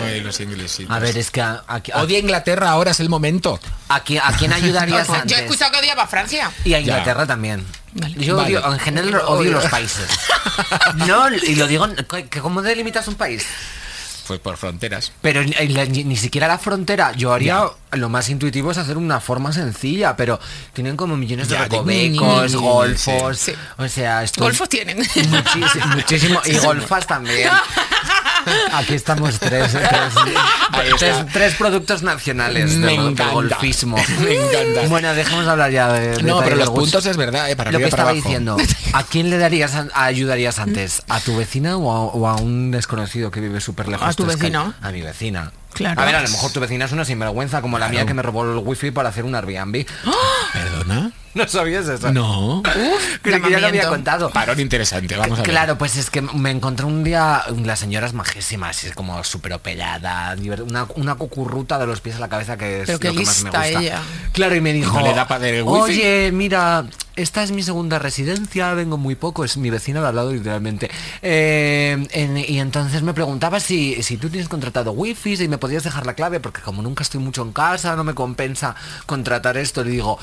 S1: Ay, los ingleses.
S2: A ver, ah. es que a- aquí- a-
S1: Odia Inglaterra, ahora es el momento.
S2: ¿A quién, a quién ayudarías
S4: Ojo, Yo he
S2: antes?
S4: escuchado que odiaba a Francia.
S2: Y a Inglaterra también.
S4: Vale.
S2: Yo
S1: Vale.
S2: odio- en general odio los países. No, y lo digo, que- que ¿cómo delimitas un país?
S1: Pues por fronteras.
S2: Pero ni, la- ni- ni siquiera la frontera. Yo haría lo más intuitivo es hacer una forma sencilla, pero tienen como millones de
S1: Ya, de-
S2: recovecos,
S1: Sí,
S2: golfos.
S4: sí.
S2: O sea, esto
S4: Golfos tienen.
S2: Muchísimo, muchísimo. Y golfas también. Aquí estamos tres, tres,
S1: Ahí está.
S2: tres- tres productos nacionales
S1: Me
S2: del- del
S1: encanta.
S2: golfismo.
S1: Me encanta.
S2: Bueno, dejemos hablar ya de, de
S1: No, pero
S2: Tiger
S1: los
S2: Woods.
S1: puntos es verdad, eh, para
S2: Lo que
S1: arriba y para
S2: estaba
S1: abajo.
S2: diciendo, ¿a quién le darías an- ayudarías antes? ¿A tu vecina o a, o a un desconocido que vive súper lejos?
S4: A tu
S2: Tú es que-
S4: vecino.
S2: A mi vecina.
S4: Claro.
S2: A ver, a lo mejor tu vecina es una sinvergüenza como la mía que me robó el wifi para hacer un Airbnb.
S4: ¡Ah!
S1: ¿Perdona?
S2: ¿No sabías eso?
S1: No.
S2: Creo que ya lo había
S4: llamamiento.
S2: contado.
S1: Parón interesante, vamos a ver.
S2: Claro, pues es que me encontré un día, la señora es majísima, así como súper operada, divert- una, una cucurruta de los pies a la cabeza que es
S4: Pero qué
S2: lo que más me
S4: lista
S2: gusta.
S4: ella.
S2: Claro, y me dijo,
S1: No le da pa' ver el wifi.
S2: oye, mira, esta es mi segunda residencia, vengo muy poco, es mi vecina de al lado literalmente. Eh, en- y entonces me preguntaba si, si tú tienes contratado wifi, si me podías dejar la clave, porque como nunca estoy mucho en casa, no me compensa contratar esto, le digo...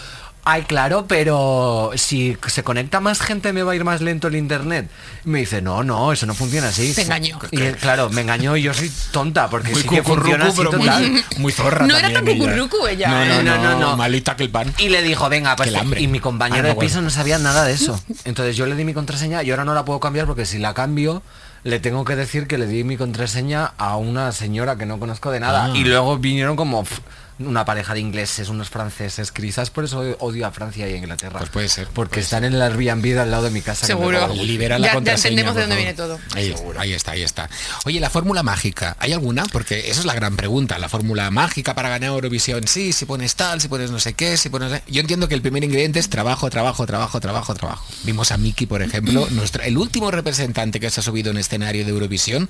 S2: Ay, claro, pero si se conecta más gente me va a ir más lento el internet. Y Me dice, no, no, eso no funciona así.
S4: Te engañó.
S2: Y eh, claro, me engañó y yo soy tonta, porque
S1: Muy
S2: sí que
S1: cucurrucu,
S2: funciona así
S1: pero muy-
S2: total.
S1: muy, zorra
S4: No era
S1: también
S4: tan cucurrucu ella,
S1: No,
S4: ¿eh?
S1: no, no,
S2: No, no, no.
S1: Malita que el pan.
S2: Y le dijo, venga, pues,
S1: Que el hambre.
S2: y mi compañero
S1: Ah, no,
S2: de piso
S1: bueno.
S2: no sabía nada de eso. Entonces yo le di mi contraseña y ahora no la puedo cambiar porque si la cambio, le tengo que decir que le di mi contraseña a una señora que no conozco de nada.
S1: Ah.
S2: Y luego vinieron como pf, una pareja de ingleses, unos franceses. Quizás por eso odio a Francia y a Inglaterra.
S1: Pues puede ser,
S2: Porque
S1: puede
S2: están en la Airbnb al lado de mi casa. que me
S4: Seguro.
S2: robaron.
S1: Libera la
S4: Ya- ya
S1: contraseña,
S4: entendemos de
S1: por
S4: dónde
S1: favor.
S4: viene
S1: Ahí, ahí está, ahí está. Oye, la fórmula mágica, ¿hay alguna? Porque esa es la gran pregunta. La fórmula mágica para ganar Eurovisión. Sí, si pones tal, si pones no sé qué, si pones... Yo entiendo que el primer ingrediente es trabajo, trabajo, trabajo, trabajo, trabajo. Vimos a Miki, por ejemplo. nuestra- el último representante que se ha subido en escenario de Eurovisión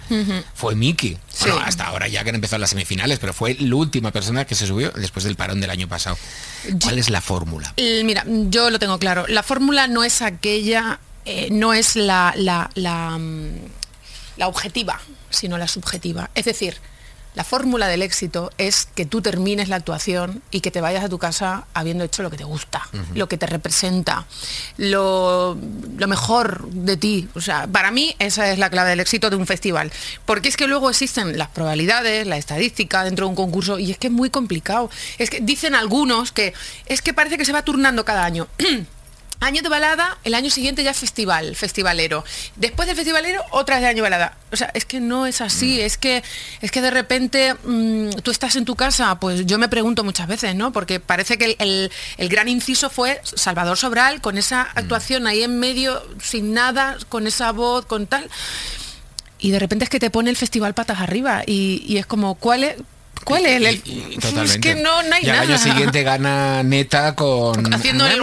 S1: fue Miki. Bueno,
S4: Sí.
S1: hasta ahora ya que han empezado las semifinales, pero fue la última persona que se subió después del parón del año pasado. ¿Cuál es la fórmula?
S4: Eh, Mira, yo lo tengo claro. La fórmula no es aquella, eh, no es la, la- la, mm, la objetiva, sino la subjetiva. Es decir, la fórmula del éxito es que tú termines la actuación y que te vayas a tu casa habiendo hecho lo que te gusta, lo que te representa, lo, lo mejor de ti. O sea, para mí esa es la clave del éxito de un festival. Porque es que luego existen las probabilidades, la estadística dentro de un concurso y es que es muy complicado. Es que dicen algunos que es que parece que se va turnando cada año. Año de balada, el año siguiente ya festival, festivalero. Después del festivalero, otra vez de año balada. O sea, es que no es así,
S1: Mm.
S4: es que es que de repente mm, tú estás en tu casa, pues yo me pregunto muchas veces, ¿no? Porque parece que el, el- el gran inciso fue Salvador Sobral con esa
S1: Mm.
S4: actuación ahí en medio, sin nada, con esa voz, con tal. Y de repente es que te pone el festival patas arriba y, y es como, ¿cuál es? ¿Cuál es? el-
S1: Y- y- totalmente.
S4: Es que no, no hay
S1: y al
S4: nada.
S1: año siguiente gana Neta con...
S4: Haciendo el...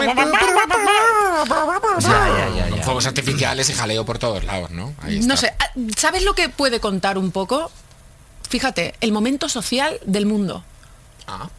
S2: Ya, ya, ya,
S1: Con
S2: ya.
S1: fuegos artificiales y jaleo por todos lados, ¿no? Ahí está.
S4: No sé, ah, ¿sabes lo que puede contar un poco? Fíjate, el momento social del mundo.
S1: Ah,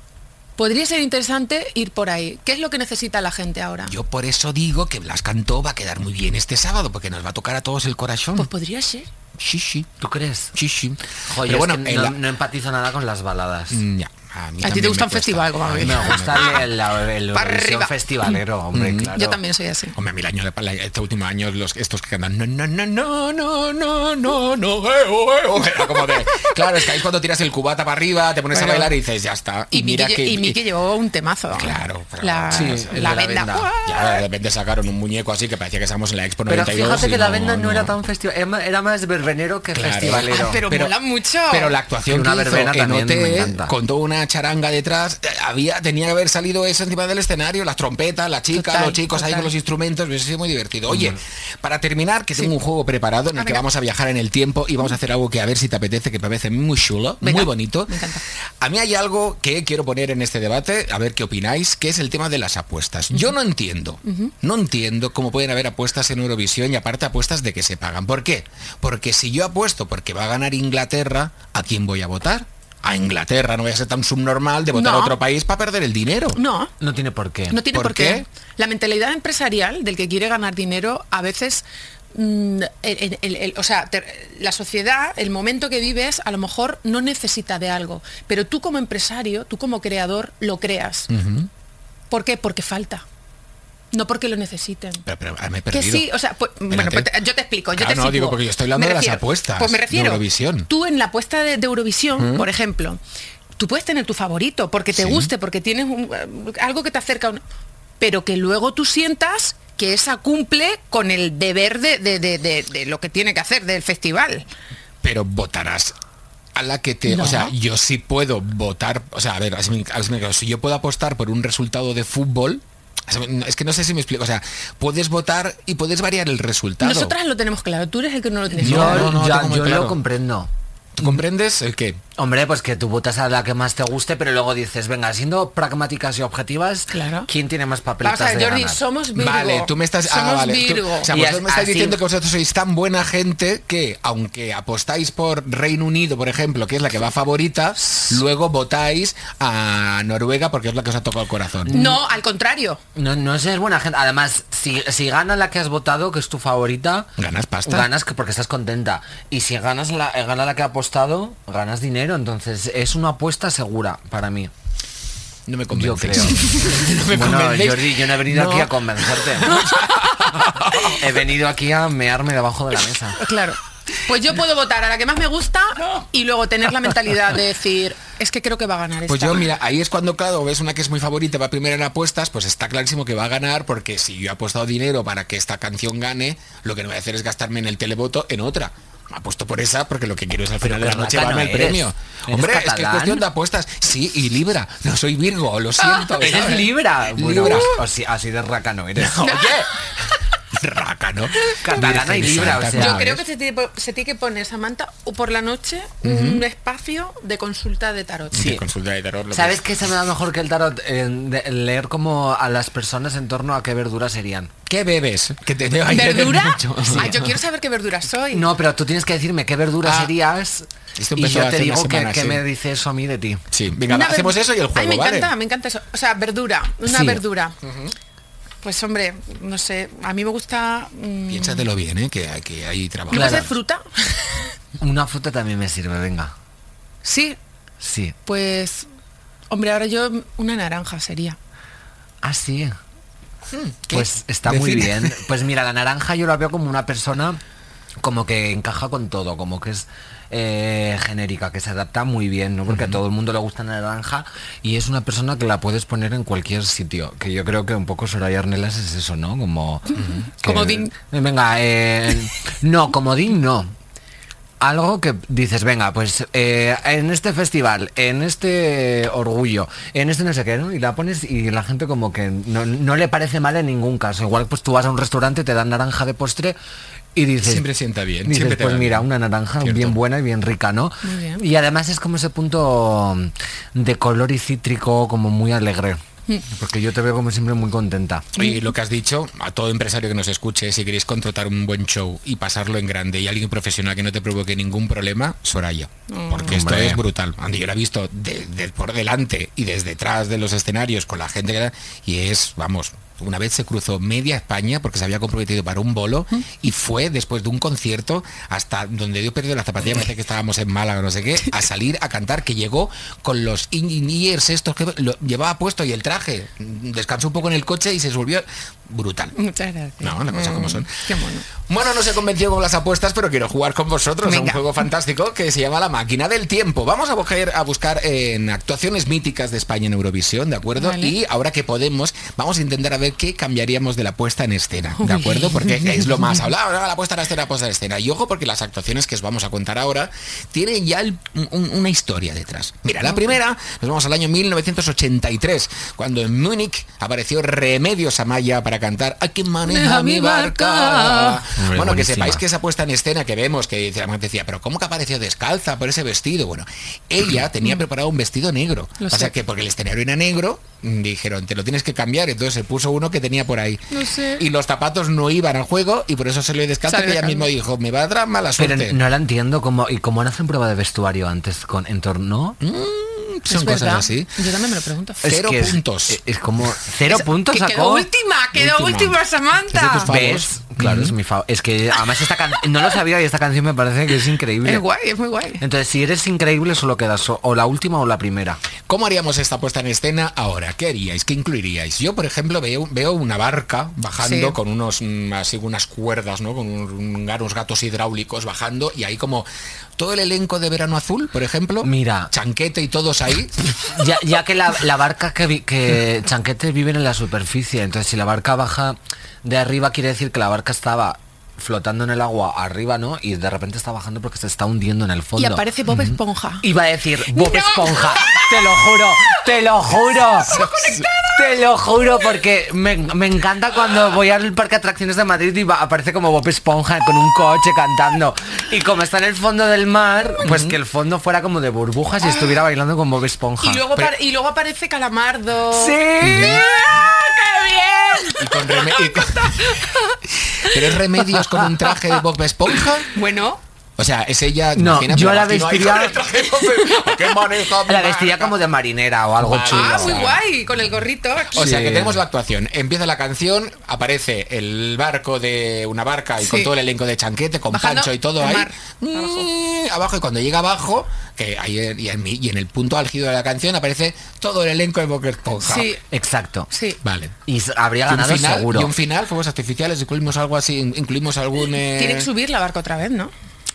S4: Podría ser interesante ir por ahí. ¿Qué es lo que necesita la gente ahora?
S1: yo por eso digo que Blas Cantó va a quedar muy bien este sábado, porque nos va a tocar a todos el corazón.
S4: Pues podría ser.
S1: Sí, sí,
S2: ¿Tú crees?
S1: sí, sí.
S2: Joder,
S1: Pero bueno,
S2: es que
S1: en
S2: no,
S1: la-
S2: no empatizo nada con las baladas.
S1: Mm, ya, A, mí
S4: ¿A ti
S1: también
S4: te gusta
S1: me
S4: un festival como a mí?
S2: Me gusta el, el, el
S4: Para arriba.
S2: festivalero,
S1: Mm.
S2: hombre, claro.
S4: Yo también soy así.
S1: Hombre, a mí el año de la- este último año, los, estos que cantan no, no, no, no, no, no, no, no, eh, oh, eh, oh", era como de. Claro, es que ahí cuando tiras el cubata para arriba, te pones
S4: Bueno.
S1: a bailar y dices, ya está.
S4: Y, Miki, lle-
S1: que.
S4: y Miki llevó un temazo.
S1: Claro, pero-
S4: la,
S1: Sí,
S2: el de
S4: la
S2: la
S4: venda.
S2: venda.
S4: ¡Uah!
S1: ya de repente sacaron un muñeco así que parecía que estábamos en la Expo
S2: Pero
S1: 92.
S2: fíjate
S1: y
S2: que la venda no, era
S1: no.
S2: tan festival, era ma- era más verbenero que
S1: Claro.
S2: festivalero.
S4: Ah, pero- mola mucho.
S1: Pero la actuación
S2: Y una
S1: que hizo
S2: verbena
S1: en
S2: también me
S1: OT,
S2: encanta.
S1: con toda una charanga detrás, eh, había, tenía que haber salido eso encima del escenario, las trompetas, la chica,
S4: Total,
S1: los chicos ahí
S4: total.
S1: con los instrumentos, hubiese sido muy divertido. Oye, para terminar, que tengo un juego preparado en el
S4: Ah,
S1: que
S4: venga.
S1: vamos a viajar en el tiempo y vamos a hacer algo que a ver si te apetece, que me parece muy chulo,
S4: Venga,
S1: muy bonito.
S4: me encanta.
S1: A mí hay algo que quiero poner en este debate, a ver qué opináis, que es el tema de las apuestas. Yo no entiendo, no entiendo cómo pueden haber apuestas en Eurovisión y aparte apuestas de que se pagan. ¿Por qué? Porque si yo apuesto porque va a ganar Inglaterra, ¿a quién voy a votar? A Inglaterra, no voy a ser tan subnormal de votar
S4: No.
S1: a otro país para perder el dinero.
S4: No,
S2: No tiene por qué.
S4: no tiene
S1: ¿Por
S4: por, qué?
S1: qué?
S4: La mentalidad empresarial del que quiere ganar dinero a veces... mm, el- el- el- el- o sea, te- la sociedad, el momento que vives, a lo mejor no necesita de algo, pero tú como empresario, tú como creador, lo creas.
S1: Mm.
S4: ¿Por qué? Porque falta. No porque lo necesiten.
S1: Pero, pero ah, me he
S4: Que
S1: perdido.
S4: sí, o sea, pues, bueno, pues te- yo te explico. yo
S1: Claro,
S4: te
S1: no,
S4: sitúo.
S1: digo, porque yo estoy hablando
S4: Me
S1: de las
S4: refiero-
S1: apuestas
S4: Pues me
S1: de
S4: refiero.
S1: Eurovisión.
S4: Tú en la apuesta de, de Eurovisión, por ejemplo, tú puedes tener tu favorito porque te
S1: Sí.
S4: guste, porque tienes un- eh, algo que te acerca a un- Pero que luego tú sientas que esa cumple con el deber de, de- de- de- de lo que tiene que hacer del festival.
S1: pero votarás a la que te...
S4: No.
S1: O sea, yo sí puedo votar... O sea, a ver, así me- así me quedo. si yo puedo apostar por un resultado de fútbol... o sea, no- Es que no sé si me explico. O sea, puedes votar y puedes variar el resultado.
S4: Nosotras lo tenemos claro, tú eres el que no lo tienes
S2: Yo,
S4: claro.
S1: no, no,
S2: yo-
S1: tengo muy
S2: yo
S1: claro.
S2: lo comprendo.
S1: ¿Tú comprendes el qué?
S2: Hombre, pues que tú votas a la que más te guste, pero luego dices, venga, siendo pragmáticas y objetivas,
S4: Claro.
S2: ¿quién tiene más papeletas
S4: Vamos a ver,
S2: de
S4: Jordi,
S2: ganar?
S4: somos Pues Virgo.
S1: Vale, tú me estás... ah,
S4: Somos
S1: vale, tú-
S4: Virgo.
S1: o sea,
S2: Y
S1: vosotros
S2: es
S1: me estáis
S2: así.
S1: diciendo que vosotros sois tan buena gente que, aunque apostáis por Reino Unido, por ejemplo, que es la que va favorita, luego votáis a Noruega porque es la que os ha tocado el corazón.
S4: No, al contrario.
S2: No, no es buena gente. Además, si, si gana la que has votado, que es tu favorita,
S1: Ganas pasta.
S2: ganas que porque estás contenta. Y si ganas la, eh, gana la que ha apostado, ganas dinero. Entonces, es una apuesta segura para mí.
S1: No me
S2: Yo
S1: convences.
S2: creo.
S1: No me
S2: bueno,
S1: convencéis.
S2: Jordi, yo no he venido
S1: No.
S2: aquí a convencerte. he venido aquí a mearme debajo de la mesa.
S4: Claro. Pues yo puedo votar a la que más me gusta y luego tener la mentalidad de decir, es que creo que va a ganar
S1: Pues
S4: esta.
S1: yo, mira, ahí es cuando, claro, ves una que es muy favorita, va primero en apuestas, pues está clarísimo que va a ganar, porque si yo he apostado dinero para que esta canción gane, lo que no voy a hacer es gastarme en el televoto en otra. Me apuesto por esa porque lo que quiero es al final de la
S2: qué
S1: noche
S2: rata
S1: darme el
S2: no eres.
S1: premio.
S2: ¿Eres
S1: Hombre, es que es
S2: catalán?
S1: cuestión de apuestas. Sí, y Libra. No soy Virgo, lo siento.
S2: ¿Eres
S1: ¿sabes?
S2: Libra? Bueno,
S1: Libra.
S2: pues, así, así de raca no eres.
S1: Raca, ¿no?
S2: Catalana y
S1: Virgen
S2: Libra,
S1: Santa,
S2: o sea.
S4: Yo
S1: ¿cómo
S4: creo
S1: ves?
S4: que se tiene, se tiene que poner, Samantha, o por la noche, un espacio de consulta de tarot.
S1: De consulta de tarot, lo que
S2: ¿Sabes
S1: es.
S2: qué se me da mejor que el tarot? Eh, de- leer como a las personas en torno a qué verduras serían.
S1: ¿Qué bebes? Que te veo ahí beber
S4: ¿Verdura?
S1: mucho.
S4: Ah, yo quiero saber qué verdura soy.
S2: No, pero tú tienes que decirme qué verdura
S1: Ah.
S2: serías
S1: Esto
S2: y
S1: empezó
S2: yo
S1: hace
S2: te
S1: una
S2: digo que-
S1: semana,
S2: que
S1: sí.
S2: me dice eso a mí de ti.
S1: Sí, venga,
S4: Una
S1: va, hacemos
S4: ver-
S1: eso y el juego,
S4: Ay, me
S1: ¿vale?
S4: encanta, me encanta eso. O sea, verdura, una
S2: Sí.
S4: verdura. Pues hombre, no sé, a mí me gusta... mm,
S1: Piénsatelo bien, ¿eh? Que, hay- que hay trabajo.
S4: ¿No puede
S2: Claro.
S4: ser fruta?
S2: Una fruta también me sirve, venga.
S4: sí,
S2: Sí.
S4: pues... Hombre, ahora yo una naranja sería.
S2: Ah, sí.
S1: Hmm, ¿Qué?
S2: Pues está muy
S1: Define.
S2: bien. Pues mira, la naranja yo la veo como una persona como que encaja con todo, como que es eh, genérica, que se adapta muy bien, ¿no? Porque a todo el mundo le gusta la naranja y es una persona que la puedes poner en cualquier sitio. Que yo creo que un poco Soraya Arnelas es eso, ¿no? Como... que-
S4: Comodín.
S2: Venga, eh, no, comodín no. Algo que dices, venga, pues eh, en este festival, en este orgullo, en este no sé qué, ¿no? Y la pones y la gente como que no, no le parece mal en ningún caso. Igual pues tú vas a un restaurante, te dan naranja de postre y dices...
S1: Siempre sienta bien,
S2: dices,
S1: siempre te
S2: pues
S1: va
S2: mira,
S1: bien".
S2: una naranja
S1: Cierto.
S2: bien buena y bien rica, ¿no?
S4: Muy bien.
S2: Y además es como ese punto de color y cítrico como muy alegre.
S4: Mm.
S2: Porque yo te veo como siempre muy contenta.
S1: Y lo que has dicho, a todo empresario que nos escuche, si queréis contratar un buen show y pasarlo en grande y alguien profesional que no te provoque ningún problema, Soraya.
S4: Mm.
S1: Porque esto
S2: Hombre.
S1: es brutal. Andy, Yo lo he visto de- de por delante y desde detrás de los escenarios con la gente que- y es, vamos, una vez se cruzó media España porque se había comprometido para un bolo y fue después de un concierto hasta donde dio perdido la zapatilla, me parece que estábamos en Málaga, no sé qué, a salir a cantar, que llegó con los in-ears estos que lo llevaba puesto y el traje. Descansó un poco en el coche y se volvió brutal.
S4: Muchas gracias. Mm,
S1: No, las cosas como son.
S4: Qué mono.
S1: Bueno, no se convenció con las apuestas, pero quiero jugar con vosotros a un
S4: Venga.
S1: juego fantástico que se llama La Máquina del Tiempo. Vamos a buscar, a buscar en actuaciones míticas de España en Eurovisión, ¿de acuerdo?
S4: Vale.
S1: Y ahora que podemos, vamos a intentar a ver qué cambiaríamos de la puesta en escena, ¿de acuerdo? Porque es lo más hablado, ¿no? la puesta en escena, la puesta en escena. Y ojo, porque las actuaciones que os vamos a contar ahora tienen ya el- un- una historia detrás. Mira, la primera, nos vamos al año 1983, cuando en Múnich apareció Remedios Amaya para cantar ¿A que maneja
S4: Deja
S1: mi
S4: mi
S1: barca?
S4: barca.
S2: Hombre,
S1: bueno, que
S2: buenísima.
S1: sepáis que esa puesta en escena que vemos, que dice la mujer decía, pero ¿cómo que apareció descalza por ese vestido? Bueno, ella tenía preparado un vestido negro.
S4: Mm. Lo
S1: o sea
S4: sé.
S1: que porque el escenario era negro, mm, dijeron, te lo tienes que cambiar. Entonces se puso uno que tenía por ahí.
S4: Lo sé.
S1: Y los zapatos no iban al juego y por eso se le descalza.
S4: Salió
S1: Que ella
S4: descalza.
S1: mismo dijo, me va a dar mala
S2: Pero
S1: suerte.
S2: no la entiendo como y como no hacen prueba de vestuario antes con en torno
S1: Son
S4: Mm, Es
S1: cosas
S4: verdad.
S1: así.
S4: Yo también me lo pregunto.
S1: Es Cero
S2: que
S1: puntos.
S2: Es, es como cero
S4: Es-
S2: puntos
S4: que
S2: sacó.
S4: quedó última, quedó
S1: Última.
S4: última,
S1: Es de tus
S4: Samantha.
S1: fa-
S2: ¿Ves?
S1: Favor.
S2: Claro, es mi favor. Es que además esta can- no lo sabía y esta canción me parece que es increíble.
S4: Es guay, es muy guay.
S2: Entonces, si eres increíble, solo quedas o o la última o la primera.
S1: ¿Cómo haríamos esta puesta en escena ahora? ¿Qué haríais? ¿Qué incluiríais? Yo, por ejemplo, veo, veo una barca bajando
S4: Sí.
S1: con unos mm, así unas cuerdas, ¿no? Con un- un- unos gatos hidráulicos bajando y ahí como todo el elenco de Verano Azul, por ejemplo.
S2: Mira.
S1: Chanquete y todos ahí.
S2: Ya, ya que la, la barca que, vi- que Chanquete viven en la superficie, entonces si la barca baja de arriba quiere decir que la barca estaba flotando en el agua arriba, ¿no? Y de repente está bajando porque se está hundiendo en el
S4: Y
S2: fondo.
S4: aparece Bob Esponja.
S2: Iba a decir Bob
S4: ¡No!
S2: Esponja. Te lo juro, te lo juro. Te lo juro porque me, me encanta cuando voy al parque de atracciones de Madrid y va- aparece como Bob Esponja con un coche cantando. Y como está en el fondo del mar, pues que el fondo fuera como de burbujas y estuviera bailando con Bob Esponja.
S4: Y luego, par- y luego aparece Calamardo.
S2: Sí.
S4: ¡Ah, ¡Qué bien!
S1: Y con reme- y con- Pero es remedios con un traje de Bob Esponja.
S4: Bueno,
S1: O sea, es ella.
S2: No,
S1: imagina,
S2: yo
S1: pero
S2: la
S1: imagino ahí
S2: vestiría-
S1: con el traje de Bob- ¿A qué maneja mi
S2: La vestilla
S1: barca?
S2: como de marinera o algo
S1: Vale.
S2: chulo.
S4: ah,
S1: o
S4: muy
S1: sea.
S4: guay, con el gorrito aquí.
S1: O sea
S2: Sí.
S1: que tenemos la actuación, empieza la canción, aparece el barco de una barca y con
S4: Sí.
S1: todo el elenco de chanquete, con
S4: Bajando
S1: Pancho y todo
S4: al
S1: ahí.
S4: mar,
S1: Mm, abajo. y cuando llega abajo, que ahí en- y en, mi- y en el punto álgido de la canción aparece todo el elenco de Boca Esponja.
S4: Sí,
S2: Exacto.
S4: sí.
S1: Vale.
S2: Y s- habría
S1: Y un,
S2: ganado
S1: final,
S2: seguro.
S1: y un final, fuegos artificiales, incluimos algo así, incluimos algún... eh,
S4: Tiene que subir la barca otra vez, ¿no?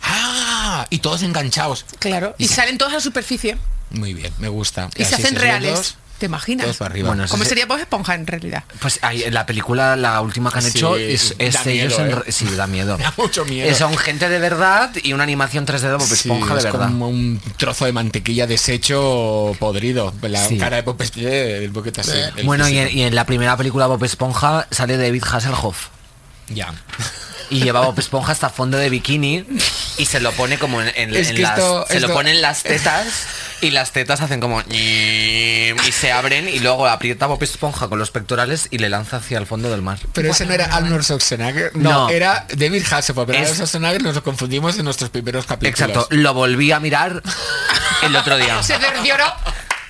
S1: Ah, y todos enganchados.
S4: Claro. Y salen todas a la superficie.
S1: Muy bien, me gusta.
S4: Y, se
S1: así
S4: hacen
S1: suben
S4: reales.
S1: todos,
S4: ¿Te
S1: todos
S4: imaginas?
S1: para arriba.
S2: Bueno,
S4: ¿Cómo
S2: Sí.
S4: sería Bob Esponja en realidad?
S2: Pues ahí, la película, la última que han
S1: Sí,
S2: hecho, es,
S1: da
S2: es
S1: miedo,
S2: ellos en
S1: ¿eh?
S2: re- Sí, da miedo.
S1: Da mucho miedo.
S2: Eh, Son gente de verdad y una animación 3D de Bob
S1: Sí,
S2: Esponja de
S1: es
S2: verdad.
S1: como un trozo de mantequilla deshecho podrido. La
S2: Sí.
S1: cara de Bob Esponja, el boquete así. el
S2: Bueno, y en,
S1: físico.
S2: y en la primera película Bob Esponja sale David Hasselhoff.
S1: Ya.
S2: Y lleva Bob Esponja hasta fondo de bikini y se lo pone como en, en-
S1: Es
S2: en
S1: que
S2: las...
S1: esto-
S2: se
S1: esto-
S2: lo pone en las tetas y las tetas hacen como... Y se abren y luego aprieta Bob Esponja con los pectorales y le lanza hacia el fondo del mar.
S1: Pero ese no era Arnold Schwarzenegger. No,
S2: No.
S1: era David Hasselhoff. Pero
S2: Es-
S1: Arnold Schwarzenegger nos lo confundimos en nuestros primeros capítulos.
S2: Exacto, lo volví a mirar el otro día.
S4: Se cercioró.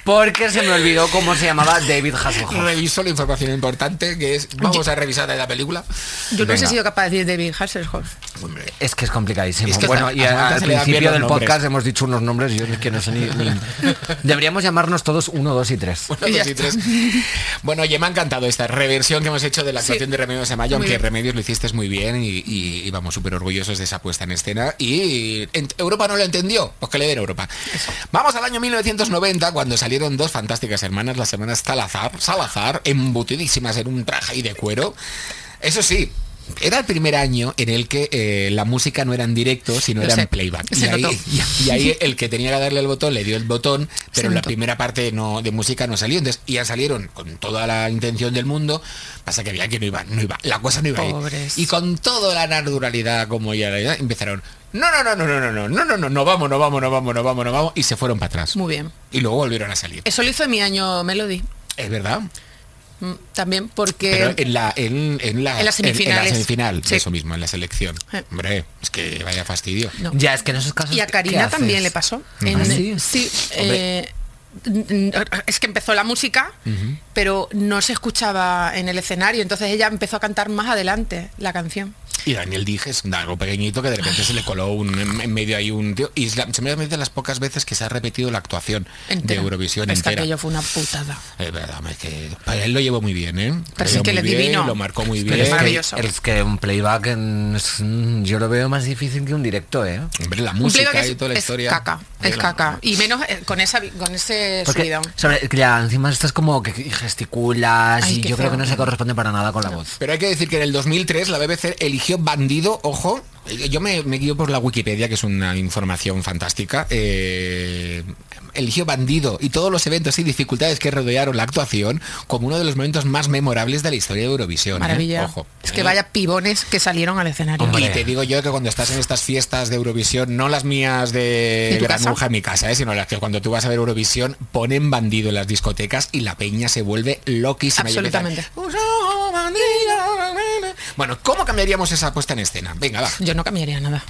S2: Porque se me olvidó cómo se llamaba David Hasselhoff.
S1: Reviso la información importante que es... Vamos a revisar la película.
S4: Yo no
S2: Venga.
S4: he sido capaz de decir David Hasselhoff.
S1: Hombre,
S2: Es que es complicadísimo.
S1: Es que
S2: bueno,
S1: hasta-
S2: y
S1: hasta
S2: a-
S1: antes
S2: al
S1: se le dan bien
S2: principio
S1: los
S2: del
S1: nombres.
S2: podcast hemos dicho unos nombres y yo es que no sé ni... ni- Deberíamos llamarnos todos 1, 2 y 3.
S1: Uno,
S4: Y ya
S1: dos y tres. Bueno, oye, me ha encantado esta reversión que hemos hecho de la actuación de Remedios Amaya,
S4: Muy
S1: aunque
S4: bien.
S1: Remedios lo hiciste muy bien y, y- y vamos súper orgullosos de esa puesta en escena. Y en- Europa no lo entendió, pues que le den Europa. Vamos al año 1990, cuando salieron dos fantásticas hermanas, las hermanas Salazar, Salazar, embutidísimas en un traje y de cuero. Eso sí. Era el primer año en el que eh, la música no era en directo, sino
S4: Lo
S1: era en
S4: sé.
S1: playback.
S4: Se
S1: y, ahí,
S4: notó.
S1: y ahí el que tenía que darle el botón le dio el botón, pero en la
S4: notó.
S1: primera parte no, de música no salió. Entonces, y ya salieron con toda la intención del mundo. Pasa que había que no iba, no iba, la cosa no iba ahí.
S4: Pobres.
S1: Y con toda la naturalidad como ya la edad, empezaron. No, no, no, no, no, no, no, no, no, no, no vamos, no vamos, no vamos, no vamos, no vamos. Y se fueron para atrás.
S4: Muy bien.
S1: Y luego volvieron a salir.
S4: Eso lo hizo en mi año Melody.
S1: Es verdad.
S4: Mm, También
S1: Pero
S4: porque...
S1: en la, en, en la,
S4: En las
S1: en- en la
S4: semifinales.
S1: semifinal,
S4: Sí.
S1: eso mismo, en la selección.
S4: Eh.
S1: Hombre, es que vaya fastidio.
S4: No.
S2: Ya, es que en esos casos...
S4: Y a
S2: ¿qué
S4: Karina
S2: haces?
S4: también le pasó. En-
S2: ¿Ah, sí?
S4: sí,
S1: Hombre.
S4: eh, es que empezó la música, pero no se escuchaba en el escenario, entonces ella empezó a cantar más adelante la canción.
S1: Y Daniel Dije es un algo pequeñito que de repente se le coló un, en en medio ahí un tío. Y es la- se me hace de las pocas veces que se ha repetido la actuación
S4: Entera.
S1: de Eurovisión
S4: Es que
S1: entera.
S4: aquello fue una putada.
S1: Es verdad, es que para él lo llevó muy bien, ¿eh? Lo
S4: Pero sí
S1: llevó
S4: que
S1: muy
S4: él es
S1: bien,
S4: divino.
S1: Lo marcó muy
S4: Pero
S1: bien.
S4: es maravilloso.
S2: Es que un playback en- es- mm, yo lo veo más difícil que un directo, ¿eh?
S1: Hombre, la
S4: Un playback
S1: música
S4: es-
S1: y toda la
S4: es
S1: historia.
S4: caca, es
S1: Mira.
S4: caca. Y menos eh, con, esa, vi- con ese
S2: Porque,
S4: subidón.
S2: sobre- que ya, encima estás como que gesticulas
S4: Ay,
S2: y
S4: qué
S2: yo creo
S4: feo.
S2: que no se corresponde para nada con la voz.
S1: Pero hay que decir que en el 2003 la BBC eligió Bandido, ojo, yo me, me guío por la Wikipedia, que es una información fantástica, eh, eligió Bandido y todos los eventos y dificultades que rodearon la actuación como uno de los momentos más memorables de la historia de Eurovisión. ¿eh?
S4: Maravilla.
S1: Ojo.
S4: Es que
S1: ¿eh?
S4: vaya pibones que salieron al escenario.
S1: Y te digo yo que cuando estás en estas fiestas de Eurovisión, no las mías de
S4: ¿De tu
S1: Granuja
S4: casa?
S1: en mi casa, ¿eh? sino las que cuando tú vas a ver Eurovisión ponen bandido en las discotecas y la peña se vuelve loquísima. Y empiezan,
S4: Absolutamente.
S1: "Uso bandido". Bueno, ¿cómo cambiaríamos esa puesta en escena? Venga, va.
S4: Yo no cambiaría nada.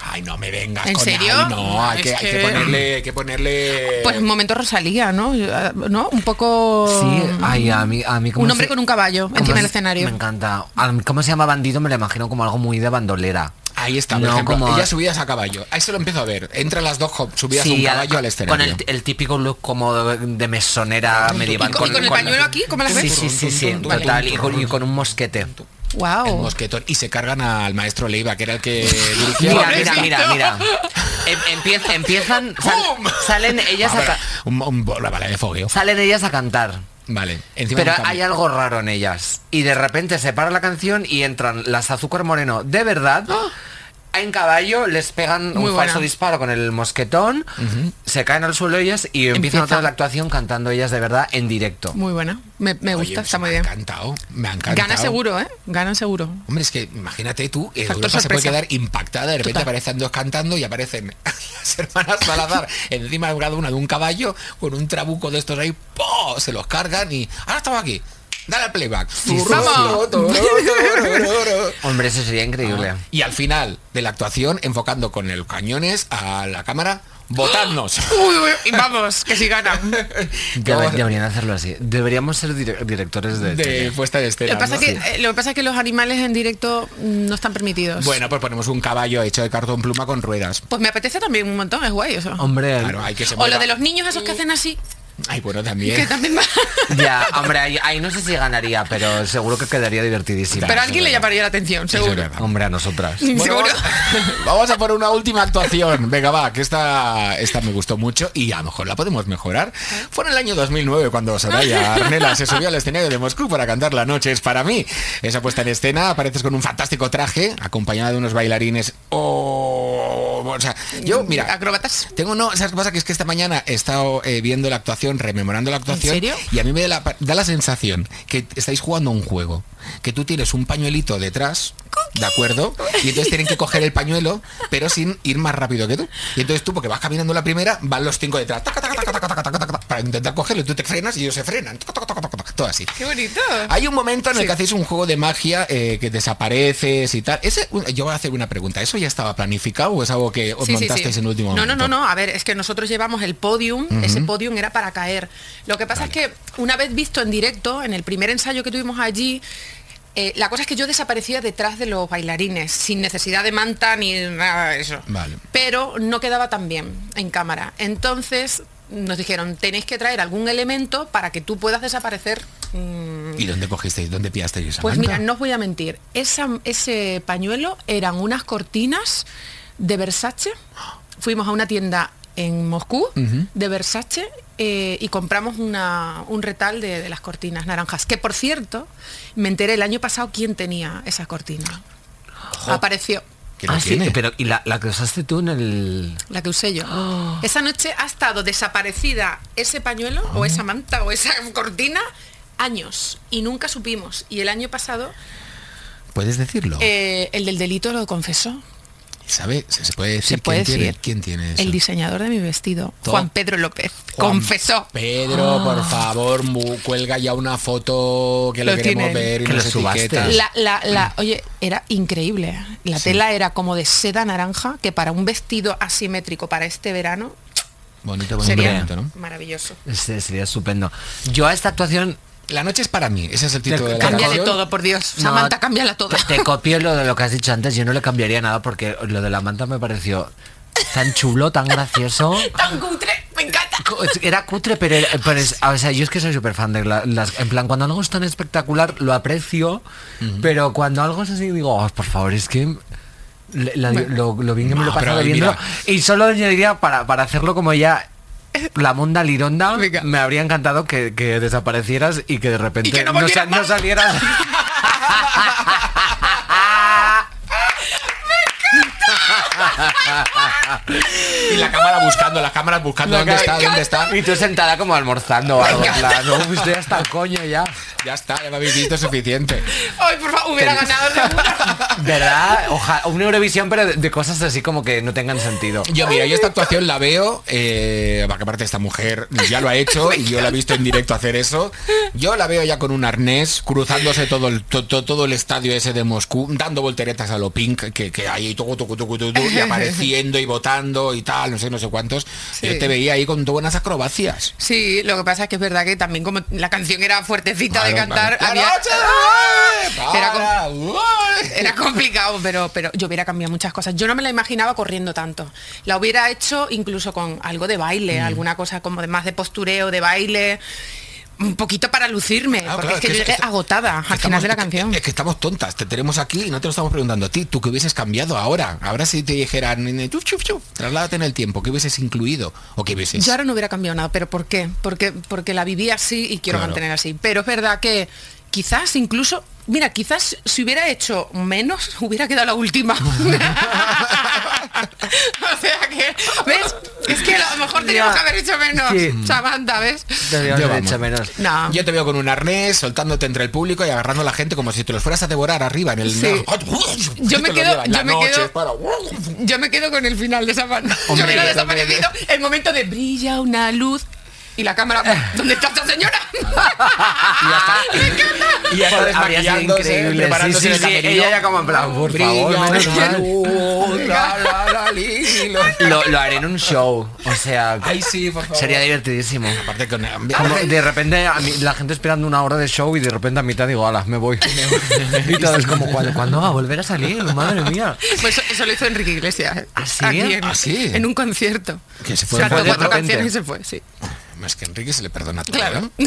S1: Ay, no me vengas
S4: ¿En
S1: con
S4: serio?
S1: ay, no, hay
S4: Es
S1: que, hay que
S4: que-
S1: ponerle, hay que ponerle.
S4: Pues momento Rosalía, ¿no? Yo, ah, ¿No? Un poco...
S2: Sí, ay, a mí, a mí como
S4: Oh. Un hombre
S2: se-
S4: con un caballo
S2: como
S4: encima del
S2: se-
S4: escenario.
S2: Me encanta. A mí, ¿Cómo se llama bandido? Me lo imagino como algo muy de bandolera.
S1: Ahí está, por
S2: No,
S1: ejemplo,
S2: como-
S1: ella subidas a caballo. Ahí se lo empiezo a ver. Entre las dos jo- subidas a un
S2: a-
S1: caballo al escenario.
S2: Con el, el típico look como de, de mesonera medieval.
S4: y con- y con el pañuelo aquí, ¿cómo las
S2: Sí,
S4: ves?
S2: sí, sí, sí,
S1: Tum, tum,
S2: total.
S1: tum,
S2: Y con, y con un mosquete.
S1: El
S4: Wow.
S1: mosquetón. Y se cargan al maestro Leiva, que era el que dirigía.
S2: Mira,
S1: la
S2: mira,
S1: orquesta.
S2: mira, mira. Em- empie- empiezan, sal-
S1: ¡Bum!
S2: salen ellas
S1: Ah,
S2: a, ca-
S1: pero un, un- una bala de fogueo.
S2: salen ellas a cantar.
S1: Vale. Encima de
S2: Pero
S1: un cambio.
S2: hay algo raro en ellas. Y de repente se para la canción y entran las Azúcar Moreno de verdad. En caballo les pegan
S4: Muy
S2: un
S4: buena.
S2: falso disparo con el mosquetón, se caen al suelo ellas y empiezan
S4: Empieza.
S2: otra vez la actuación cantando ellas de verdad en directo.
S4: Muy buena. Me, me
S1: Oye,
S4: gusta,
S1: pues
S4: está muy
S1: me
S4: bien.
S1: ha encantado. Me ha encantado.
S4: Gana seguro, ¿eh? Gana seguro.
S1: Hombre, es que imagínate tú, eh,
S4: Factor
S1: Europa se puede
S4: sorpresa.
S1: quedar impactada, de repente
S4: Total.
S1: aparecen dos cantando y aparecen las hermanas Salazar encima de una de un caballo con un trabuco de estos ahí, ¡po! se los cargan y ahora estamos aquí, dale al playback.
S4: ¡Vamos!
S2: Hombre, eso sería increíble.
S1: Y al final de la actuación, enfocando con el cañones a la cámara, votadnos.
S4: Uy, uy, y vamos, que si gana.
S2: Debe-
S1: Vamos.
S2: deberían hacerlo así. Deberíamos ser dire- directores de...
S1: de
S2: tele.
S1: puesta de
S4: Lo
S1: escena.
S4: que, pasa
S1: ¿no?
S4: es que, eh, lo que pasa es que los animales en directo mm, no están permitidos.
S1: Bueno, pues ponemos un caballo hecho de cartón pluma con ruedas.
S4: Pues me apetece también un montón, es guay eso.
S2: Hombre,
S1: Claro, hay que se
S4: O lo
S1: mueva.
S4: de los niños esos que hacen así,
S1: Ay, bueno,
S4: que
S1: también.
S4: también va.
S2: ya, hombre, ahí, ahí no sé si ganaría, pero seguro que quedaría divertidísimo.
S4: Pero a alguien le llamaría la atención,
S1: Eso es
S4: seguro.
S1: verdad.
S2: Hombre, a nosotras.
S1: Bueno,
S4: Seguro.
S1: vamos- Vamos a por una última actuación. Venga, va, que esta, esta me gustó mucho y a lo mejor la podemos mejorar. Fue en el año 2009 cuando Soraya Arnela se subió al escenario de Moscú para cantar La noche es para mí. Esa puesta en escena, apareces con un fantástico traje, acompañada de unos bailarines. Oh, o sea, yo, mira,
S4: Mm, Acróbatas.
S1: Tengo no, ¿sabes qué pasa? Que es que esta mañana he estado eh, viendo la actuación, rememorando la actuación.
S4: serio?
S1: Y a mí me da la, da la sensación que estáis jugando a un juego, que tú tienes un pañuelito detrás, ¿de acuerdo? Y entonces tienen que coger el pañuelo, pero sin ir más rápido que tú. Y entonces tú, porque vas caminando la primera, van los cinco detrás, taca, taca, taca, taca, taca, taca, taca, para intentar cogerlo, y tú te frenas y ellos se frenan, taca, taca, taca, taca, taca, todo así.
S4: Qué bonito.
S1: Hay un momento en el que hacéis un juego de magia eh, que desapareces y tal. Ese, yo voy a hacer una pregunta. ¿Eso ya estaba planificado o es algo que os
S4: Sí, sí,
S1: montasteis
S4: sí.
S1: en último
S4: no,
S1: momento?
S4: no, no, no. A ver, es que nosotros llevamos el podium. Ese podium era para caer. Lo que pasa es que una vez visto en directo, en el primer ensayo que tuvimos allí, eh, la cosa es que yo desaparecía detrás de los bailarines, sin necesidad de manta ni nada de eso.
S1: Vale.
S4: Pero no quedaba tan bien en cámara. Entonces nos dijeron, tenéis que traer algún elemento para que tú puedas desaparecer. mm,
S1: ¿Y dónde cogisteis? ¿Dónde pillasteis esa
S4: Pues
S1: manta?
S4: mira, no os voy a mentir. Esa, ese pañuelo eran unas cortinas de Versace. Fuimos a una tienda en Moscú de Versace eh, y compramos una- un retal de, de las cortinas naranjas. Que por cierto, me enteré el año pasado quién tenía esa cortina. Apareció.
S1: Que lo
S2: Ah, sí,
S1: tiene.
S2: pero ¿y la, la que usaste tú en el...?
S4: La que usé yo. Esa noche ha estado desaparecida ese pañuelo o esa manta o esa cortina años y nunca supimos. Y el año pasado
S1: ¿Puedes decirlo?
S4: eh, el del delito lo confesó.
S1: ¿Sabe? ¿Se, se puede decir,
S4: se puede
S1: quién,
S4: decir.
S1: Tiene, quién tiene eso?
S4: El diseñador de mi vestido,
S1: Todo.
S4: Juan Pedro López,
S1: Juan
S4: confesó. Ah.
S1: Pedro, por favor, mu- cuelga ya una foto que lo,
S4: Lo
S1: queremos
S4: tiene.
S1: ver y
S2: Que
S1: nos
S2: lo subaste.
S1: etiquetas.
S4: La, la- la- oye, era increíble. La tela era como de seda naranja, que para un vestido asimétrico para este verano,
S1: Bonito, bonito,
S4: Sería
S1: bonito, Pues ¿no?
S4: maravilloso.
S2: Este sería estupendo. Yo a esta actuación
S1: La noche es para mí, ese es el título
S2: Te-
S1: de la
S2: cambia
S4: Cámbiale
S1: canción.
S4: todo, por Dios. Samantha,
S2: No,
S4: cámbiala todo.
S2: Te, te copio lo de lo que has dicho antes, yo no le cambiaría nada porque lo de la manta me pareció tan chulo, tan gracioso.
S4: Tan cutre, me encanta.
S2: Co- Era cutre, pero, era- pero es- o sea, yo es que soy súper fan de la- las... En plan, cuando algo es tan espectacular, lo aprecio, pero cuando algo es así, digo, "Oh, por favor, es que... le- la- lo, lo bien que me
S1: No,
S2: lo he pasado
S1: pero ahí,
S2: viéndolo.
S1: mira.
S2: Y solo añadiría, para, para hacerlo como ya... La monda lironda,
S4: Venga.
S2: me habría encantado que, que desaparecieras y que de repente
S1: que no
S2: no,
S1: volvieras
S2: sa- no
S1: más.
S2: salieras...
S1: Y la cámara buscando, las cámaras buscando
S2: La
S1: dónde
S2: ca-
S1: está, dónde está.
S2: Y tú sentada como almorzando o algo. en plan, "Uf, estoy hasta el coño ya.
S1: Ya está, ya me habéis visto suficiente.
S4: Ay, por favor, hubiera
S2: Te-
S4: ganado seguro.
S2: ¿Verdad? Ojalá, una Eurovisión, pero de, de cosas así como que no tengan sentido.
S1: Yo, mira, yo esta actuación la veo, eh, porque aparte esta mujer ya lo ha hecho y yo la he visto en directo hacer eso. Yo la veo ya con un arnés, cruzándose todo el, to- to- todo el estadio ese de Moscú, dando volteretas a lo pink, que, que ahí tucu, tucu, tucu, tucu, y apareciendo y votando y tal, no sé, no sé cuántos.
S4: Sí.
S1: Yo te veía ahí con buenas acrobacias.
S4: Sí, lo que pasa es que es verdad que también como la canción era fuertecita de
S1: Claro,
S4: cantar,
S1: claro.
S4: había- ¡Ah! Era como-
S1: Para, uy.
S4: era complicado, pero, pero yo hubiera cambiado muchas cosas. Yo no me la imaginaba corriendo tanto. La hubiera hecho incluso con algo de
S1: Mm.
S4: baile, alguna cosa como de más de postureo, de baile, un poquito para lucirme,
S1: Ah,
S4: porque
S1: claro,
S4: es que, yo llegué
S1: esta-
S4: agotada al
S1: estamos-
S4: final de la canción.
S1: Es que estamos tontas, te tenemos aquí y no te lo estamos preguntando a ti. ¿Tú qué hubieses cambiado ahora? Ahora si te dijeran, "Nene, chuf, chuf, chuf, trasládate en el tiempo, ¿qué hubieses incluido? ¿O qué hubieses?
S4: Yo ahora no hubiera cambiado nada, pero ¿por qué? Porque, porque la viví así y quiero
S1: Claro.
S4: mantener así. Pero es verdad que quizás incluso, mira, quizás si hubiera hecho menos, hubiera quedado la última. o sea que, ¿ves? Es que a lo mejor teníamos
S2: Ya.
S4: que haber hecho menos,
S2: Sí.
S4: Samantha, ¿ves?
S2: Deberíamos
S1: Yo
S2: haber
S1: vamos.
S2: hecho menos.
S4: No.
S1: Yo te veo con un arnés, soltándote entre el público y agarrando a la gente como si te los fueras a devorar arriba en el...
S4: Sí. Yo me
S1: Te lo
S4: quedo-
S1: llevas,
S4: yo
S1: la
S4: me
S1: noche
S4: quedo-
S1: es para-
S4: Yo me quedo con el final de Samantha.
S2: Hombre,
S4: Yo hubiera
S2: yo ¿eh?
S4: desaparecido el momento de brilla una luz y la cámara, ¿dónde está esta señora? Me encanta.
S1: Y ya está
S2: Joder, habría sido
S1: desmaquillándose,
S2: increíble.
S1: preparándose
S2: Sí,
S1: en
S2: sí,
S1: el
S2: sí,
S1: camerino.
S2: ella ya como en plan, por
S1: Brilla
S2: favor, menos
S1: una
S2: mal.
S1: luz, la, la, la, li, lo-
S2: Lo, lo haré en un show. O sea,
S1: Ay, sí, por favor.
S2: sería divertidísimo.
S1: Aparte con...
S2: Como de repente a mí- la gente esperando una hora de show y de repente a mitad digo, alas, me voy. y todo es como, ¿cuándo, ¿cuándo va a volver a salir? Madre mía.
S4: Pues eso, eso lo hizo Enrique Iglesias. ¿eh?
S2: ¿Ah, sí?
S4: Aquí en,
S1: ¿Ah, sí?
S4: en un concierto.
S1: Que se fue
S4: Cantó
S2: de
S4: cuatro
S2: repente.
S4: canciones y se fue, sí.
S1: Es que a Enrique se le perdona todo.
S4: Claro.
S1: ¿eh?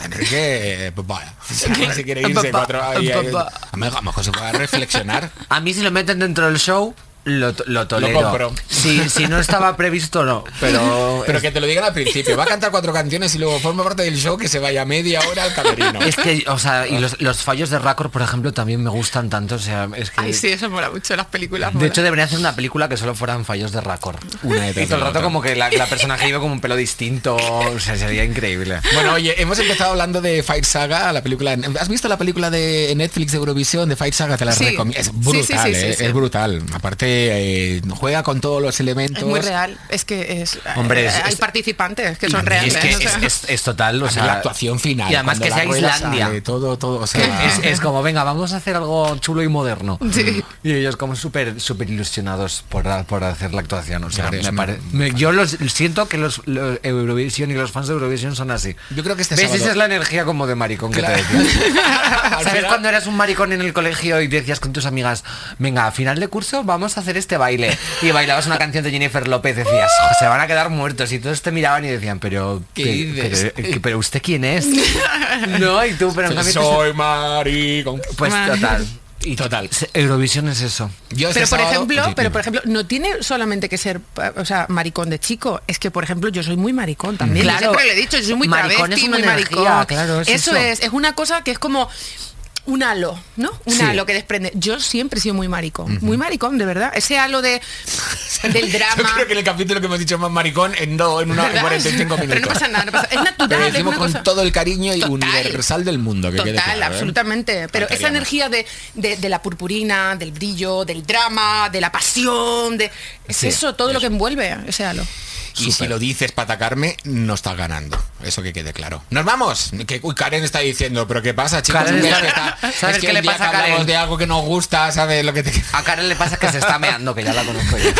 S1: A Enrique, eh, pues vaya. Si quiere irse
S4: Papá,
S1: cuatro ahí, ahí,
S4: papá.
S1: A lo mejor- a lo mejor se puede reflexionar.
S2: A mí si lo meten dentro del show, lo, to- lo tolero.
S1: compro.
S2: Si, si no estaba previsto, no. Pero,
S1: Pero que te lo digan al principio. Va a cantar cuatro canciones y luego forma parte del show que se vaya media hora al camerino.
S2: es que, o sea, y los, los fallos de Raccord, por ejemplo, también me gustan tanto. O sea, es que...
S4: Ay, sí, eso mola mucho, las películas.
S2: De
S4: mola.
S2: hecho, debería hacer una película que solo fueran fallos de Raccord.
S1: Una
S2: Y
S1: detrás de la
S2: todo el rato
S1: otra.
S2: como que la, la personaje iba como un pelo distinto. O sea, sería increíble.
S1: Bueno, oye, hemos empezado hablando de Fight Saga, la película. ¿Has visto la película de Netflix de Eurovisión de Fight Saga? Te la
S4: Sí.
S1: recomiendo. Es
S4: Sí,
S1: brutal,
S4: sí, sí, sí,
S1: eh,
S4: sí.
S1: es brutal. Aparte, eh, juega con todos los elementos.
S4: es muy real. Es que es, eh,
S2: Hombre, es-
S4: hay
S2: es-
S4: participantes que son
S1: Y
S4: reales.
S2: es que
S4: o sea.
S2: es, es- es total, o
S1: O sea,
S2: sea...
S1: la actuación final.
S2: Y además que
S1: cuando la
S2: sea
S1: rueda
S2: Islandia.
S1: sale, todo, todo. O sea,
S2: Es, es como, venga, vamos a hacer algo chulo y moderno.
S4: Sí.
S2: Y ellos como súper súper ilusionados por, por hacer la actuación. O sea,
S1: Claro,
S2: me
S1: es
S2: pare-
S1: un-
S2: me- yo los, siento que los, los Eurovisión y los fans de Eurovisión son así.
S1: Yo creo que este
S2: ¿Ves?
S1: sábado-
S2: Esa es la energía como de maricón que
S1: Claro.
S2: te decía.
S1: Al
S2: ¿Sabes
S1: final-
S2: cuando eras un maricón en el colegio y decías con tus amigas, venga, a final de curso vamos a hacer este baile? Y bailabas una canción de Jennifer López, decías, "Jo, se van a quedar muertos. Y todos te miraban y decían, pero...
S1: ¿Qué
S2: pero-
S1: dices?
S2: Pero, eh, pero usted quién es? no, y tú, pero en cambio te-
S1: Soy maricón.
S2: Pues
S4: Ah.
S2: total.
S1: Y total.
S2: Se- Eurovisión es eso.
S1: Yo este
S4: pero por
S1: sábado-
S4: ejemplo,
S1: Sí,
S4: pero
S1: dime.
S4: por ejemplo, no tiene solamente que ser, pa- o sea, maricón de chico. Es que, por ejemplo, yo soy muy maricón también.
S2: Claro.
S4: Yo siempre le he dicho, yo soy muy
S2: Maricón
S4: travesti,
S2: es una
S4: muy
S2: energía,
S4: maricón.
S2: claro, es eso.
S4: eso, es, es una cosa que es como un halo, ¿no? Un
S2: Sí.
S4: halo que desprende. Yo siempre he sido muy maricón, muy maricón, de verdad. Ese halo de del
S1: Yo
S4: drama.
S1: creo que en el capítulo que hemos dicho más maricón en, do, en una en
S4: ¿Verdad?
S1: 45 minutos.
S4: Pero no pasa nada, no pasa Es
S1: Pero
S4: natural,
S1: lo
S4: es
S1: hicimos
S4: una
S1: con
S4: cosa.
S1: todo el cariño y
S4: Total.
S1: universal del mundo. Que
S4: Total,
S1: quede claro, ¿eh?
S4: absolutamente. Pero
S1: Faltaría
S4: esa
S1: más.
S4: energía de, de- de la purpurina, del brillo, del drama, de la pasión, de es
S1: Sí,
S4: eso, todo lo que envuelve ese halo.
S1: Y si lo dices para atacarme, no estás ganando. Eso que quede claro. ¡Nos vamos! Que, uy, Karen está diciendo, ¿pero qué pasa, chicos?
S2: Karen
S1: Un día
S2: está-
S1: que está-
S2: ¿sabes
S1: es que
S2: qué
S1: un
S2: le
S1: día
S2: pasa a
S1: que hablamos
S2: Karen?
S1: de algo que nos gusta, ¿sabes lo que te...
S2: A Karen le pasa que se está meando, que ya la conozco yo.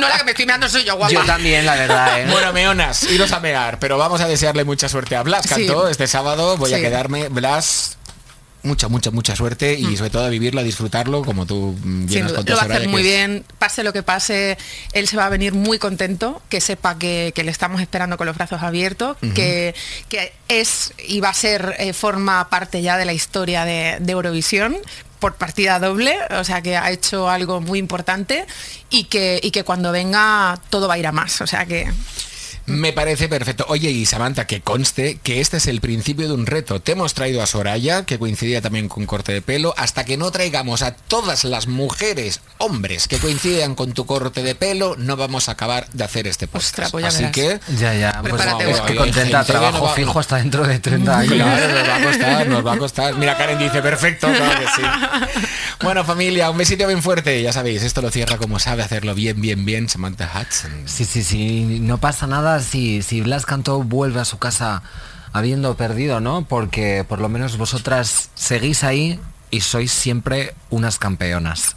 S4: No, la que me estoy mirando soy yo, guapa.
S2: Yo también, la verdad, ¿eh?
S1: Bueno, meonas, iros a mear, pero vamos a desearle mucha suerte a Blas
S4: Sí.
S1: Cantó este sábado. Voy a
S4: Sí.
S1: quedarme, Blas. Mucha, mucha, mucha suerte y sobre todo a vivirlo, a disfrutarlo, como tú mm, bien
S4: Sin
S1: nos
S4: duda.
S1: contó
S4: Mm. Lo va a
S1: Soraya,
S4: hacer
S1: que
S4: muy
S1: es-
S4: bien, pase lo que pase, él se va a venir muy contento, que sepa que, que le estamos esperando con los brazos abiertos, que, que es y va a ser, eh, forma parte ya de la historia de, de Eurovisión por partida doble, o sea que ha hecho algo muy importante y que, y que cuando venga todo va a ir a más, o sea que
S1: Me parece perfecto. Oye, y Samantha, que conste que este es el principio de un reto. Te hemos traído a Soraya, que coincidía también con corte de pelo. Hasta que no traigamos a todas las mujeres, hombres, que coincidan con tu corte de pelo, no vamos a acabar de hacer este podcast.
S4: Ostras, pues ya
S1: Así
S4: verás.
S1: que...
S2: Ya, ya, pues
S4: Prepárate,
S2: es
S4: guapa.
S2: que contenta,
S1: Gente que no
S2: trabajo
S1: va-
S2: fijo hasta dentro de 30 años.
S1: Claro, nos va a costar, nos va a costar. Mira, Karen dice, perfecto, claro que sí. Bueno, familia, un besito bien fuerte. Ya sabéis, esto lo cierra como sabe hacerlo bien, bien, bien Samantha Hudson.
S2: Sí, sí, sí, no pasa nada si, si Blas Cantó vuelve a su casa habiendo perdido, ¿no? Porque por lo menos vosotras seguís ahí y sois siempre unas campeonas.